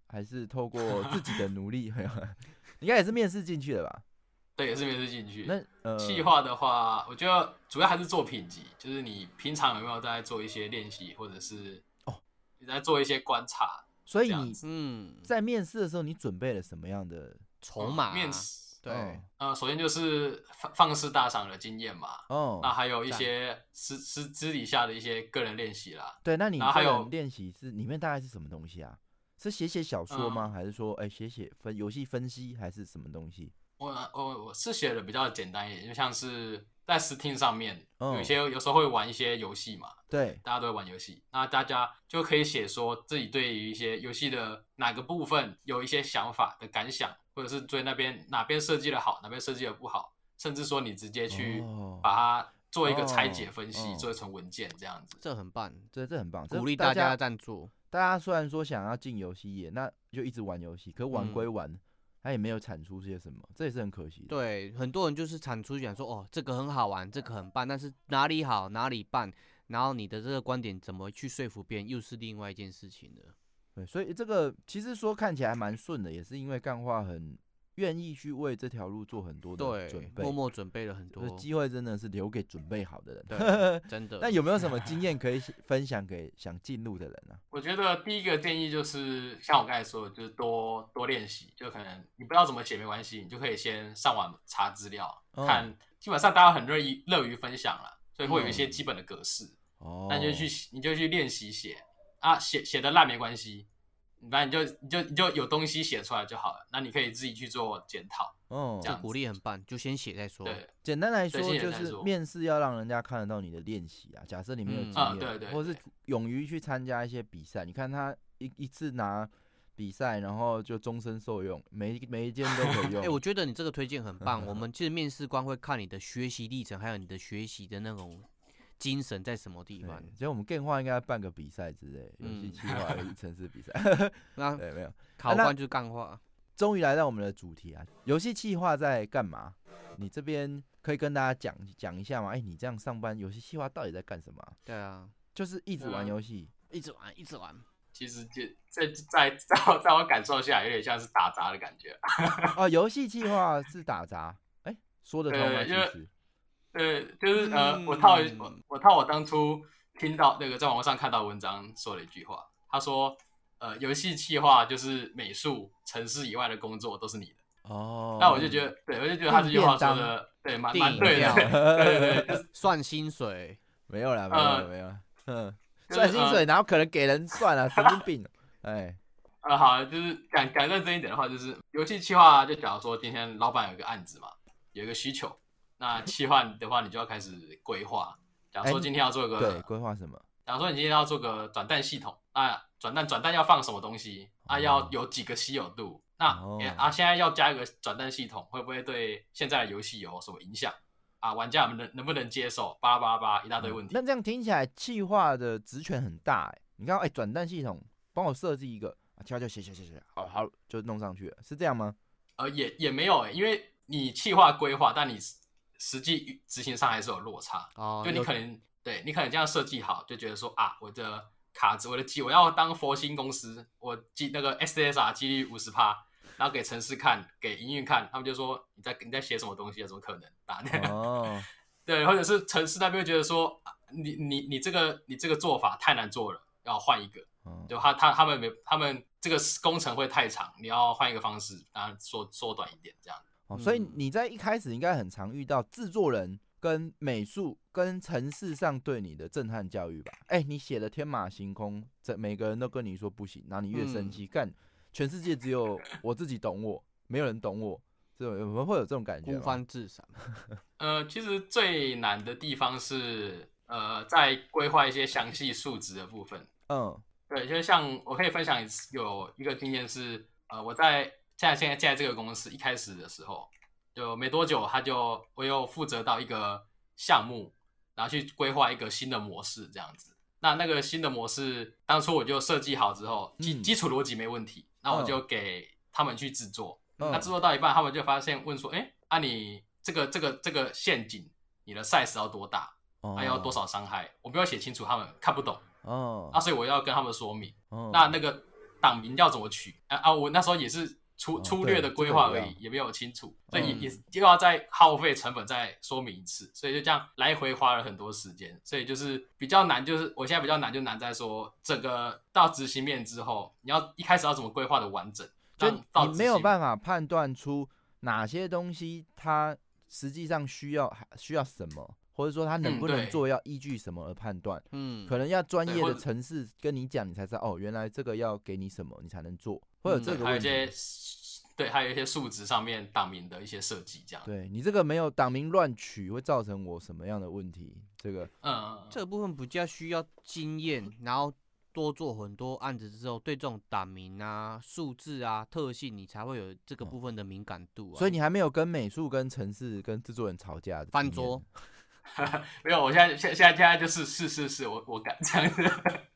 还是透过自己
[LAUGHS]
的努力？ [LAUGHS] 应该也是面试进去的吧？
对，也是没事进去。
那呃，
企划的话，我觉得主要还是做品级，就是你平常有没有在做一些练习，或者是
哦
你在做一些观察，
所以
这样
你
嗯，
在面试的时候，你准备了什么样的？
筹码啊
哦
啊
面试。
哦
对，
呃，首先就是放放肆大赏的经验嘛，
哦，
那还有一些私私私底下的一些个人练习啦。
对，那你
然后还
个
有
人练习是里面大概是什么东西啊？是写写小
嗯
说吗？还是说哎写写分游戏分析还是什么东西？
我我我是写的比较简单一点，就像是在 Steam 上面，
嗯
有一些有时候会玩一些游戏嘛，
对，
大家都会玩游戏，那大家就可以写说自己对于一些游戏的哪个部分有一些想法的感想，或者是对那边哪边设计的好，哪边设计的不好，甚至说你直接去
哦
把它做一个拆解
哦
分析，
哦
做成文件这样子。
这很棒，
这这很棒，这
鼓励
大
大
家
家赞助。
大家虽然说想要进游戏业，那就一直玩游戏，可玩归玩，他也没有产出些什么，这也是很可惜的。，
嗯对，很多人就是产出讲说，哦，这个很好玩，这个很棒，但是哪里好哪里棒，然后你的这个观点怎么去说服别人，又是另外一件事情了。
对，所以这个其实说看起来蛮顺的，也是因为干话很愿意去为这条路做很多的准
对，
备
默。默准备了很多
就是，机会真的是留给准备好的人
对。真的。
那有没有什
[LAUGHS]
么经验可以分享给想进入的人啊呢、
我觉得第一个建议就是像我刚才说的，就是多多练习，就可能你不知道怎么写没关系，你就可以先上网查资料，
嗯
看基本上大家很乐意乐于分享了，所以会有一些
嗯
基本的格式。
哦，
那你就去写你就去练习写啊，写写的烂没关系，反正你就你就你就有东西写出来就好了。那你可以自己去做检讨，
哦
这，样
鼓励很棒，就先写再说。
对，
简单来说
对先
就
简单
是
说
面试要让人家看得到你的练习啊。假设你没有
嗯
经验，
啊
对对
或是
对
勇于去参加一些比赛。你看他一一次拿比赛，然后就终身受用，每一每一件都可以用。
[LAUGHS] 哎、我觉得你这个推荐
[LAUGHS]
很棒。我们其实面试官会看你的学习历程，还有你的学习的那种精神在什么地
对
方。
其实我们电话应该办个比赛之类，游戏
嗯
企划、游戏城市比赛。 [LAUGHS]
那
对，没有。
考
那
官就是干话。
终于来到我们的主题啊，游戏企划在干嘛？你这边可以跟大家讲讲一下吗？哎、你这样上班，游戏企划到底在干什么啊、
对啊，
就是一直玩
嗯
游戏，
一直玩，一直玩。
其实就在在在我在我感受下，有点像是打杂的感觉。
哦，游戏计划是打杂，哎、说得通吗？
对
其
因为
实，
对，就是呃，我
嗯
套我我套我当初听到那个在网络上看到文章说了一句话，他说呃，游戏企划就是美术、城市以外的工作都是你的。
哦，
那我就觉得，对我就觉得他这句话说
订便
的对，蛮
订
蛮
饮
对
料
的。对对对，
算薪水，
[LAUGHS] 没有啦，没有啦，
呃
没有啦， [LAUGHS] 嗯，
就是
算薪
呃
水，然后可能给人算啊了，神经病，哎，
[LAUGHS] 呃，好，就是讲讲认真一点的话，就是游戏企划，就假如说今天老板有个案子嘛，有一个需求，那企划的话，你就要开始规划。假如
哎
说今天要做
对，
个，
规划什么？
假如说你今天要做个转蛋系统，那转蛋转蛋要放什么东西？啊，
哦
要有几个稀有度？那、
哦
诶啊，现在要加一个转蛋系统，会不会对现在的游戏有什么影响？啊，玩家能能不能接受？巴拉巴拉巴拉一大堆问题
嗯那。这样听起来，企划的职权很大哎、你看，哎、转蛋系统帮我设计一个，啊，敲敲写写写写，好好就弄上去了，是这样
[LAUGHS]
吗？
呃，也也没有、欸，因为你企划规划，但你实实际执行上还是有落差。
哦，
就你
有
可能对你可能这样设计好，就觉得说啊，我的卡子，我的机，我要当佛心公司，我机那个 SSR 几率五十趴，然后给城市看，给营运看，他们就说你在你在写什么东西啊？怎么可能啊？
哦，
[LAUGHS] 对，或者是城市那边会觉得说啊你你你这个你这个做法太难做了，要换一个。
嗯
就他他他们没他们这个工程会太长，你要换一个方式，当然缩缩短一点这样。
哦，所以
嗯
你在一开始应该很常遇到制作人跟美术跟城市上对你的震撼教育吧？哎、你写的天马行空，这每个人都跟你说不行，然后你越生
嗯
气，干、全世界只有我自己懂我，没有人懂我，这种有没有会有这种感觉
孤
吗？
芳自赏。
呃，其实最难的地方是，呃，在规划一些详细数值的部分。
嗯，
对，就是像我可以分享一次有一个经验是，呃，我在现在现在现在这个公司一开始的时候，就没多久他就我有负责到一个项目，然后去规划一个新的模式这样子。那那个新的模式，当初我就设计好之后，基
嗯
基础逻辑没问题，那我
嗯
就给他们去制作。那
嗯
制作到一半，他们就发现问说：“哎、啊你这个这个这个陷阱，你的 size 要多大？
哦
还、要多？少伤害？”我没有写清楚，他们看不懂，
哦，
啊，所以我要跟他们说明。
哦
那那个党名要怎么取？啊啊，我那时候也是粗
哦
粗
对
略的
这
规
个
划
也
而
要
已，也没有清楚，所以
嗯
也也又要再耗费成本再说明一次，所以就这样来回花了很多时间，所以就是比较难，就是我现在比较难就难在说整个到执行面之后，你要一开始要怎么规划的完整，
就
让到
你没有
法，
办法判断出哪些东西它实际上需要还需要什么，或者说它能
嗯
不能
对
做要依据什么而判断，
嗯，
可能要专
对
业
或
的
者
城市跟你讲，你才知道哦，原来这个要给你什么，你才能做，会有
嗯
这
对，
个
还
问
有一
题。
些对，还有一些数值上面党名的一些设计，这样，
对你这个没有党名乱取会造成我什么样的问题？这个
嗯嗯，嗯
这部分比较需要经验，然后多做很多案子之后，对这种党名啊、数字啊、特性，你才会有这个
哦
部分的敏感度啊。
所以你还没有跟美术、跟城市、跟制作人吵架的经验，
翻桌
没有，我现在现现在现在就是是是是，我我敢这样子，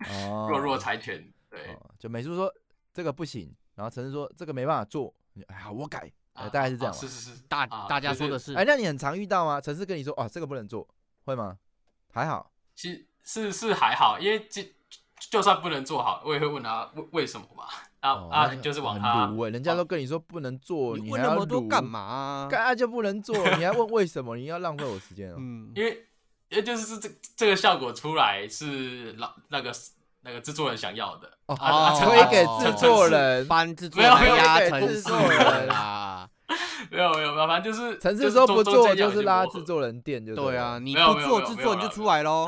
哦，
[LAUGHS] 弱弱柴犬，对。
哦，就美术说这个不行，然后陈志说这个没办法做，你哎呀我改，呃
啊
大概是这样
啊
吧
是是是，
大
啊
大家说的，
就是
哎，那你很常遇到吗？陈志跟你说哦这个不能做，会吗？还好，
其实是是还好，因为这就算不能做好，我也会问他为为什么嘛。啊、
哦
啊，
那
就是往
很
他
鲁哎，人家
往
都跟你说不能做，
你
你
问
还
那
要
么多
鲁
干嘛、？啊？
干啊就不能做，你还问为什么？你要浪费我时间哦。
嗯，
因为因为就是这这个效果出来是老那个那个制作人想要的
哦
啊啊
哦
陈
推给
陈
制作
陈
人，
搬制作
没有
人
没有
压
给
城
制
市
作人 [LAUGHS]
啦。
是没有没有没有，反正就是
陈
就
志
是
说
中
不
中
做
间
就
有一
是
些
拉
磨合
制作人垫，就
对
了
啊，，你
没有
不
没有
做
没有
制
没
作
有
你就
啦
出来
[LAUGHS]
喽。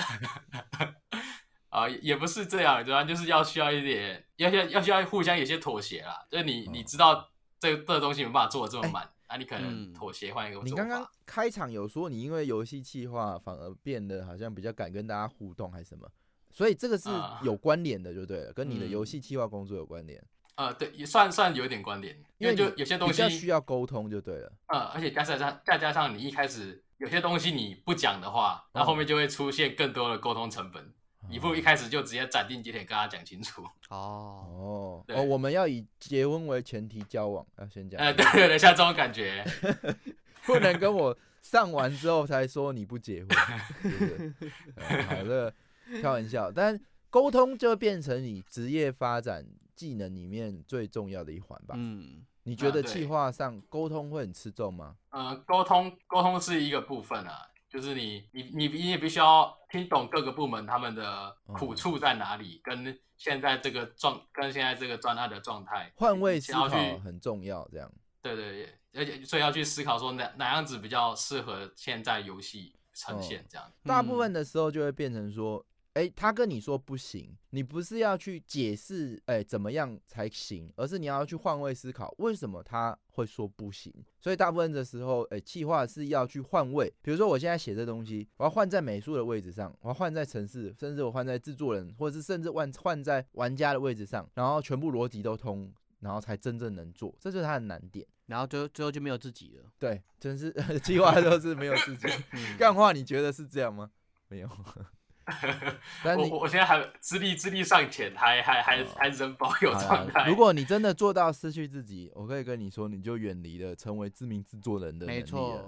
啊，也也不是这样，对吧？啊就是要需要一点，要要要需要互相有些妥协啦。就是你你
嗯
知道这这个东西没办法做的这么
哎
满，那、你可
嗯
能妥协换一个做法。
你刚刚开场有说你因为游戏企划反而变得好像比较敢跟大家互动还是什么，所以这个是
啊
有关联的，就对了，跟你的游
嗯
戏企划工作有关联。
呃，对，也算算有一点关联，因为
你
就有些东
比
西
较需要沟通就对了。
呃，而且加上加再加上你一开始有些东西你不讲的话，那
嗯
后面就会出现更多的沟通成本。
哦
你不如一开始就直接斩钉截铁跟他讲清楚。
哦，
哦
对
哦，我们要以结婚为前提交往，要先讲，
呃，对对对，像这种感觉，
[LAUGHS] 不能跟我上完之后才说你不结婚， [LAUGHS] 对不对？呃好的，开玩笑，但沟通就变成你职业发展技能里面最重要的一环吧？
嗯，
你觉
啊
得
对
企划上沟通会很吃重吗？
呃，沟通沟通是一个部分啊，就是你你你你也必须要听懂各个部门他们的
嗯
苦处在哪里，跟现在这个状跟现在这个专案的状态
换位思
嗯想要
考
去
很重要，这样。
对对对，而且所以要去思考说哪哪样子比较适合现在游戏
哦
呈现这样。
大部
嗯
分的时候就会变成说，哎、他跟你说不行，你不是要去解释，哎、怎么样才行，而是你要去换位思考，为什么他会说不行。所以大部分的时候，哎、企划是要去换位，比如说我现在写这东西，我要换在美术的位置上，我要换在城市，甚至我换在制作人，或者是甚至换换在玩家的位置上，然后全部逻辑都通，然后才真正能做，这就是它的难点。
然后最后最后就没有自己了，
对，真是 [LAUGHS] 计划都是没有自己。
嗯，
干话，你觉得是这样吗？没
[LAUGHS]
有。但
我
你哦
我我现在还资历资历尚浅，还还还还仍保有
好
状
啦
态。
如果你真的做到失去自己，我可以跟你说，你就远离了成为知名制作人的能力
没
了
[LAUGHS]
错，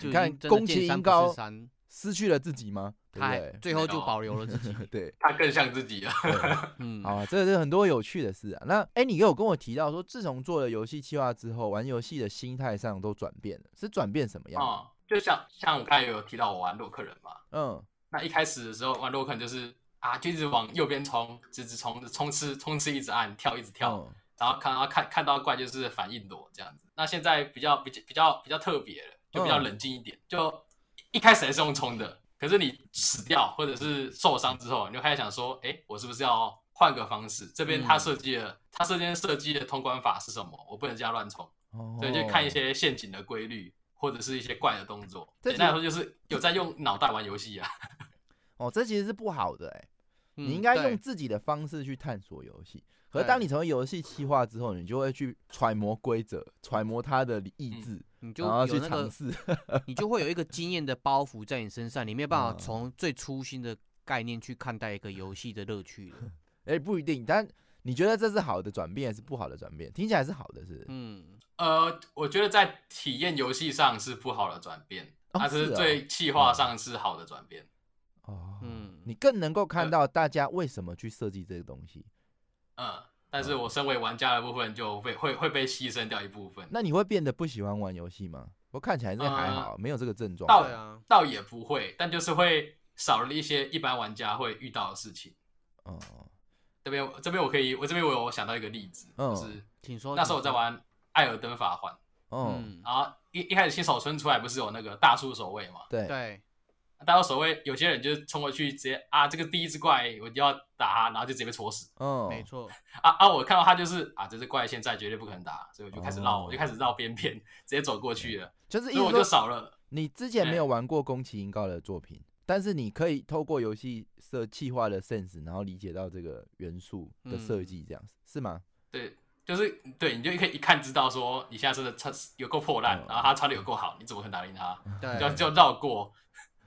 就
你
已
看
经真的
宫
见
崎
山
英
不
高
是山，
失去了自己吗？对
他
不
还
对？
最后
没
就
有
保留了自
[LAUGHS]
己， [LAUGHS]
对，
他更像自己了。
对
嗯，
好、啊，这是很多有趣的事啊。那哎、你有跟我提到说，自从做了游戏企划之后，玩游戏的心态上都转变了，是转变什么样？
嗯，就像像我刚才有提到我玩洛克人嘛，
嗯，
那一开始的时候玩洛克人就是啊，就一直往右边冲，直直冲，冲刺冲刺，一直按跳，一直跳，
嗯
然后看到看看到怪就是反应躲这样子。那现在比较比较比较比较特别了，就比较
嗯
冷静一点。就一开始还是用冲的，可是你死掉或者是受伤之后，你就开始想说，哎，我是不是要换个方式？这边他
嗯
设计了，他这边设计的通关法是什么？我不能这样乱冲，
哦，
所以就看一些陷阱的规律。或者是一些怪的动作，
这
简单来
就
说就是有在用脑袋玩游戏啊。
哦，这其实是不好的哎、
嗯
你应该
对
用自己的方式去探索游戏。可是
对
当你成为游戏企划之后，你就会去揣摩规则，揣摩它的意
嗯
志，
你就
然后去
有那
尝
个，
试。 [LAUGHS]
你就会有一个经验的包袱在你身上，你没有办
嗯
法从最初心的概念去看待一个游戏的乐趣
[LAUGHS]
了。
哎、不一定。但你觉得这是好的转变还是不好的转变？听起来是好的，是不是？
嗯，
呃，我觉得在体验游戏上是不好的转变，
哦
啊
但是
是哦
对气化上是好的转变。
哦，
嗯
你更能够看
呃
到大家为什么去设计这个东西。
嗯，但是我身为玩家的部分就会会会被牺牲掉一部分，
那你会变得不喜欢玩游戏吗？我看起来是还
呃
好，没有这个症状。
到
对啊，
倒也不会，但就是会少了一些一般玩家会遇到的事情。
哦，
这边这边我可以，我这边我有想到一个例子，
嗯
就是
请说。
那时候我在
哦请说，
玩《艾尔登法环》，
哦，
嗯，
然后一一开始新手村出来不是有那个大树守卫嘛？
对，
对，
大树守卫有些人就是冲过去直接啊，这个第一只怪我就要打他，然后就直接被戳死。
嗯，
没错，
啊啊！我看到他就是啊，这只怪现在绝对不可能打，所以我就开始绕，
哦
我就开始绕边边，直接走过去了，
就是
所
意
以
思
我
说
就少了。
你之前没
对
有玩过宫崎英高的作品，但是你可以透过游戏设计划的 sense，然后理解到这个元素的设计，这样子、是吗？
对，就是对，你就可以一看知道说你现在真的穿有够破烂
嗯，
然后他穿的有够好，你怎么可能打赢他？
对，
就就绕过，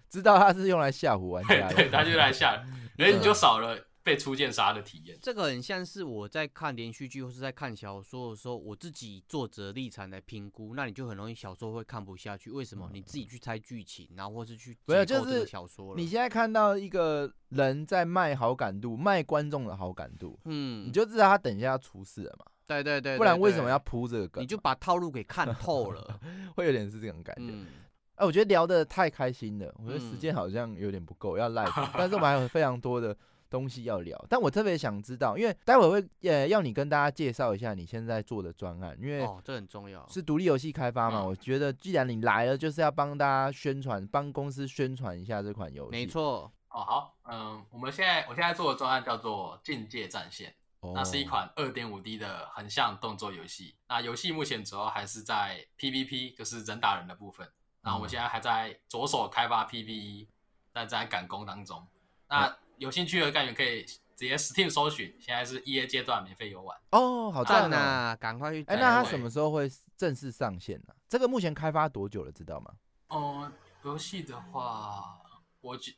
知道它是用来吓唬玩
对
家的，
对，他就来下， [LAUGHS] 人你就少了被初见杀的体验。
这个很像是我在看连续剧或是在看小说的时候，我自己作者立场来评估，那你就很容易小说会看不下去。为什么？你自己去猜剧情，然后或是去
没有
解
就
构这
是
个小说了。
你现在看到一个人在卖好感度，卖观众的好感度，
嗯，
你就知道他等一下要出事了嘛，
对对对，
不然
对
为什么
对
要铺这个梗嘛？
你就把套路给看
[LAUGHS]
透了。
会有点是这种感觉。
嗯，
哎、我觉得聊得太开心了，我觉得时
嗯
间好像有点不够，要 live，但是我们还有非常多的东西要聊。但我特别想知道，因为待会会呃要你跟大家介绍一下你现在做的专案，因为
哦，这很重要。
是独立游戏开发嘛，
嗯
我觉得既然你来了，就是要帮大家宣传，帮公司宣传一下这款游戏。
没，错，
哦，好，嗯，我们现在我现在做的专案叫做《境界战线》。
哦
那是一款二点五 D 的横向动作游戏。那游戏目前主要还是在 PVP，就是人打人的部分。那我们
嗯
现在还在着 E，
嗯
手开发 PVE，但在赶工当中。那有兴趣的干员可以直接 Steam 搜寻，现在是 EA 阶段免费游玩。
哦，好
赞哦
赞啊！
呐，赶快去
哎、
载我！
那它
对
什么时候会正式上线呢、啊这个目前开发多久了，知道吗？
哦，游戏的话，我觉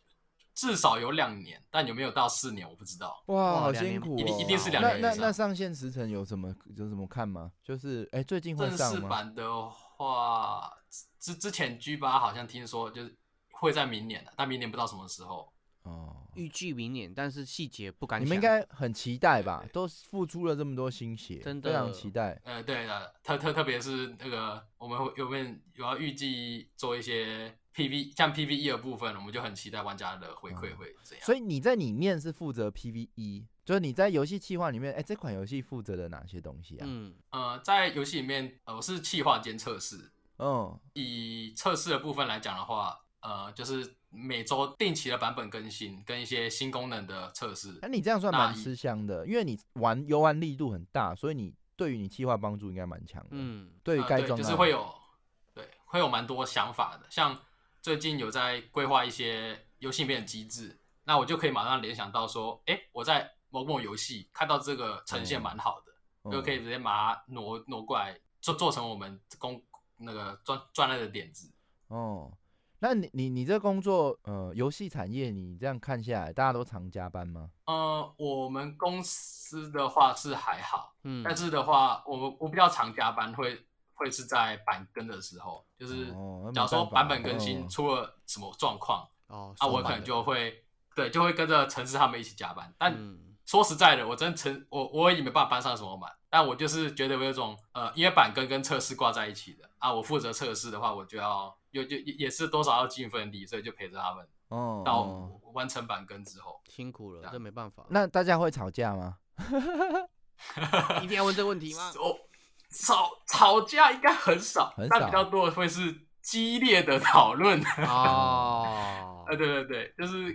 至少有两年，但有没有到四年我不知道。
哇，好
两
辛
年
苦、哦，
一定一定是两
那
年以啊
那
上
那上线时程有什么有什么看吗？就是哎、最近会
正
上
式
吗？
版的话，之之前 G 八好像听说就是会在明年的，但明年不知道什么时候。
哦，
预计明年，但是细节不敢想。
你们应该很期待吧？都付出了这么多心血，
真
非常
的
期待。
呃，对的，特特特别是那个我们会有没有要预计做一些 PV，像 PVE 的部分，我们就很期待玩家的回馈
嗯
会怎样。
所以你在里面是负责 PVE，就是你在游戏企划里面，哎、这款游戏负责的哪些东西啊？
嗯，
呃，在游戏里面，呃，我是企划兼测试。
嗯，
以测试的部分来讲的话，呃，就是每周定期的版本更新，跟一些新功能的测试
那、。你这样算
那
蛮
一
吃香的，因为你玩游玩力度很大，所以你对于你企划帮助应该蛮强的。
嗯，
对于
呃
该
对
装
就
的、
是会有，对，会有蛮多想法的。像最近有在规划一些游戏里面的机制，那我就可以马上联想到说，哎，我在某某游戏看到这个呈现蛮好的，就可以
嗯
直接把它挪挪过来，做做成我们工那个专专案的点子。
哦。那你你你这工作，呃，游戏产业，你这样看下来，大家都常加班吗？
呃，我们公司的话是还好，
嗯，
但是的话，我我比较常加班会，会是在板更的时候，就是
哦那
假
没
如说
办法
版本更新
嗯
出了什么状况，
哦，
啊，
手
我
板
可能
的
就会对，就会跟着陈思他们一起加班。但
嗯
说实在的，我真陈我我也没办法帮上什么忙，但我就是觉得我有种呃，因为板根跟测试挂在一起的啊，我负责测试的话，我就要有就也也是多少要尽一份力，所以就陪着他们
哦，
到
哦
完成板根之后。
辛苦了，
啊
这没办法。
那大家会吵架吗？
一定要问这个问题吗？
哦，吵吵架应该很少，
很
但
少
比较多的会是激烈的讨论。 [LAUGHS]
[LAUGHS]
哦，
呃，对对对，就是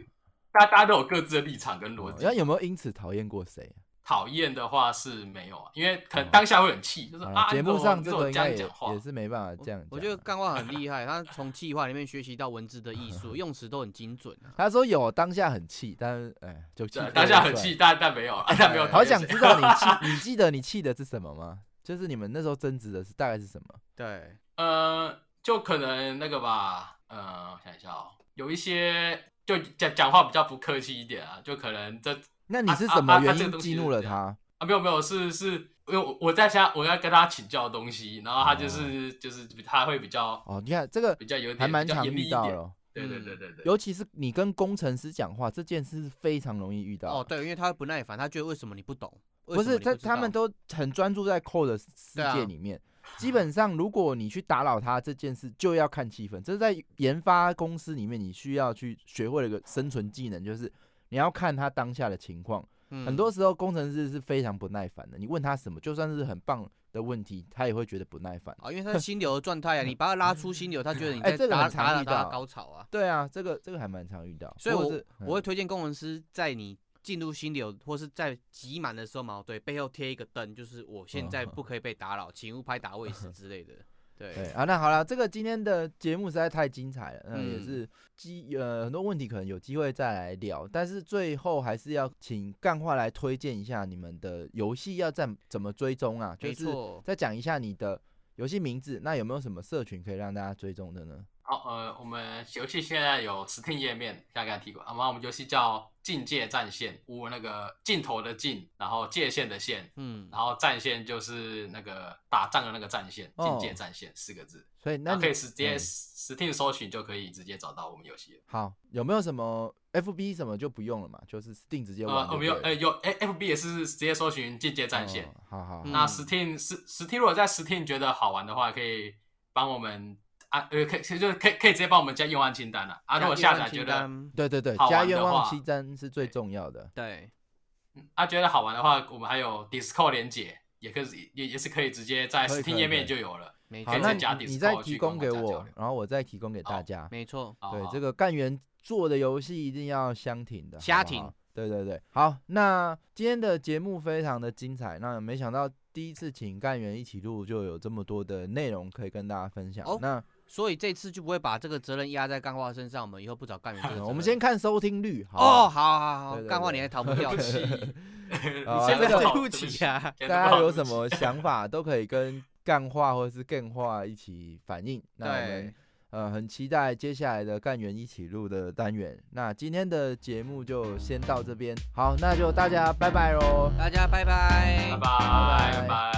大大家都有各自的立场跟逻
哦
辑
那。有没有因此讨厌过谁？啊
讨厌的话是没有啊，因为可能
哦
当下会很气，就是
好
啊，
啦节
你怎
目
么
上
你
这
怎么
个应
这
该也
样讲话
也是没办法这样讲啊。
我觉得干话很厉害，他从气话里面学习到文字的
[LAUGHS]
艺术，用词都很精准啊。
他说有当下很气，但是哎，就气
对，
氛
当下
就
很
出来
气，。但 [LAUGHS] 但没有，但没有
哎
讨
好
厌
想
谁
知道你气，你记得你气的是什么吗？就是你们那时候争执的是大概是什么？
对，
[LAUGHS] 呃，就可能那个吧，呃，我想一下哦，有一些就讲讲话比较不客气一点啊，就可能这
那你
啊
是
啊
什
啊
么
啊
原
这个
因
东西
激
是
怒了
这样
他？
啊没有没有是是因为我我在家我要跟他请教东西，然后他就是、就是他会比较
哦，你看这个
比较有点
哦还蛮
比较
常
严厉
遇
一
到
点
了，哦，
对对
嗯
对对对，
尤其是你跟工程师讲话这件事是非常容易遇到的。
哦对，因为他会不耐烦，他觉得为什么你不懂？为
不
什么
是
你
他
知
他
道
们都很专注在 code 的世
对啊
界里面。基本上，如果你去打扰他这件事，就要看气氛。这是在研发公司里面，你需要去学会了一个生存技能，就是你要看他当下的情况。很多
嗯
时候工程师是非常不耐烦的，你问他什么，就算是很棒的问题，他也会觉得不耐烦。
啊，因为他是心流的状
[LAUGHS]
态啊，你把他拉出心流，他觉得你
哎
在
这个
打
很常
打打
遇
打
到
高潮啊。
对啊，这个这个还蛮常遇到。
所以
不过
我
是嗯
我会推荐工程师在你进入心流或是在挤满的时候嘛，对，背后贴一个灯，就是我现
嗯
在不可以被打扰，请勿拍打位
[LAUGHS]
时之类的。
对
对，
啊，那好了，这个今天的节目实在太精彩了，那也
嗯
是机呃很多问题可能有机会再来聊，但是最后还是要请干话来推荐一下你们的游戏要怎怎么追踪啊，就
没
是
错。
再讲一下你的游戏名字，那有没有什么社群可以让大家追踪的呢？
好，呃，我们游戏现在有 Steam 页面，像刚才提过，啊然后我们游戏叫《境界战线》，无那个尽头的尽，然后界限的限，
嗯，
然后战线就是那个打仗的那个战线，
哦
境界战线四个字，
所以那
那
你
啊可以直接
嗯
Steam 搜寻就可以直接找到我们游戏了。
好，有没有什么 FB 什么就不用了嘛，就是 Steam 直接玩
呃，
就
我
对
们
了。
有呃有 F B 也是直接搜寻《境界战线》
哦好好好
嗯
那 Steam 是 Steam 如果在 Steam 觉得好玩的话，可以帮我们啊呃可以就是可以可以直接帮我们加用案清单了啊，如果下载觉得。
对对对，
好
加
玩的
愿望
话
期间是最重要的。
对，
啊，觉得好玩的话，我们还有 Discord 连接，也可以也也是可以直接在
可以可以
Steam 页面就有了。
没错
好，，那
再加
你
Discord
你再提
去
供
跟
给
玩家交
我
流，
然后我再提供给大
好
家。
没错，
好
对，
好
这个干员做的游戏一定要相挺的，
瞎
好不
挺
好对对对，好，那今天的节目非常的精彩，那没想到第一次请干员一起录就有这么多的内容可以跟大家分享。
哦
那
所以这次就不会把这个责任压在干话身上，我们以后不找干员这个责
嗯 [LAUGHS]
任。
我们先看收听率，好不好
哦，好好好，
对对
干话
对
你还逃不掉
对不
[LAUGHS]
[LAUGHS] 的，
起，
啊
真
你现
的
在
对
好
不起啊。
对不起
大家有什么想法都可以跟干话或是更话一起反映。那我们
对，
呃很期待接下来的干员一起录的单元。那今天的节目就先到这边，好，那就大家拜拜喽。
大家拜拜，
拜
拜
拜
拜
拜拜。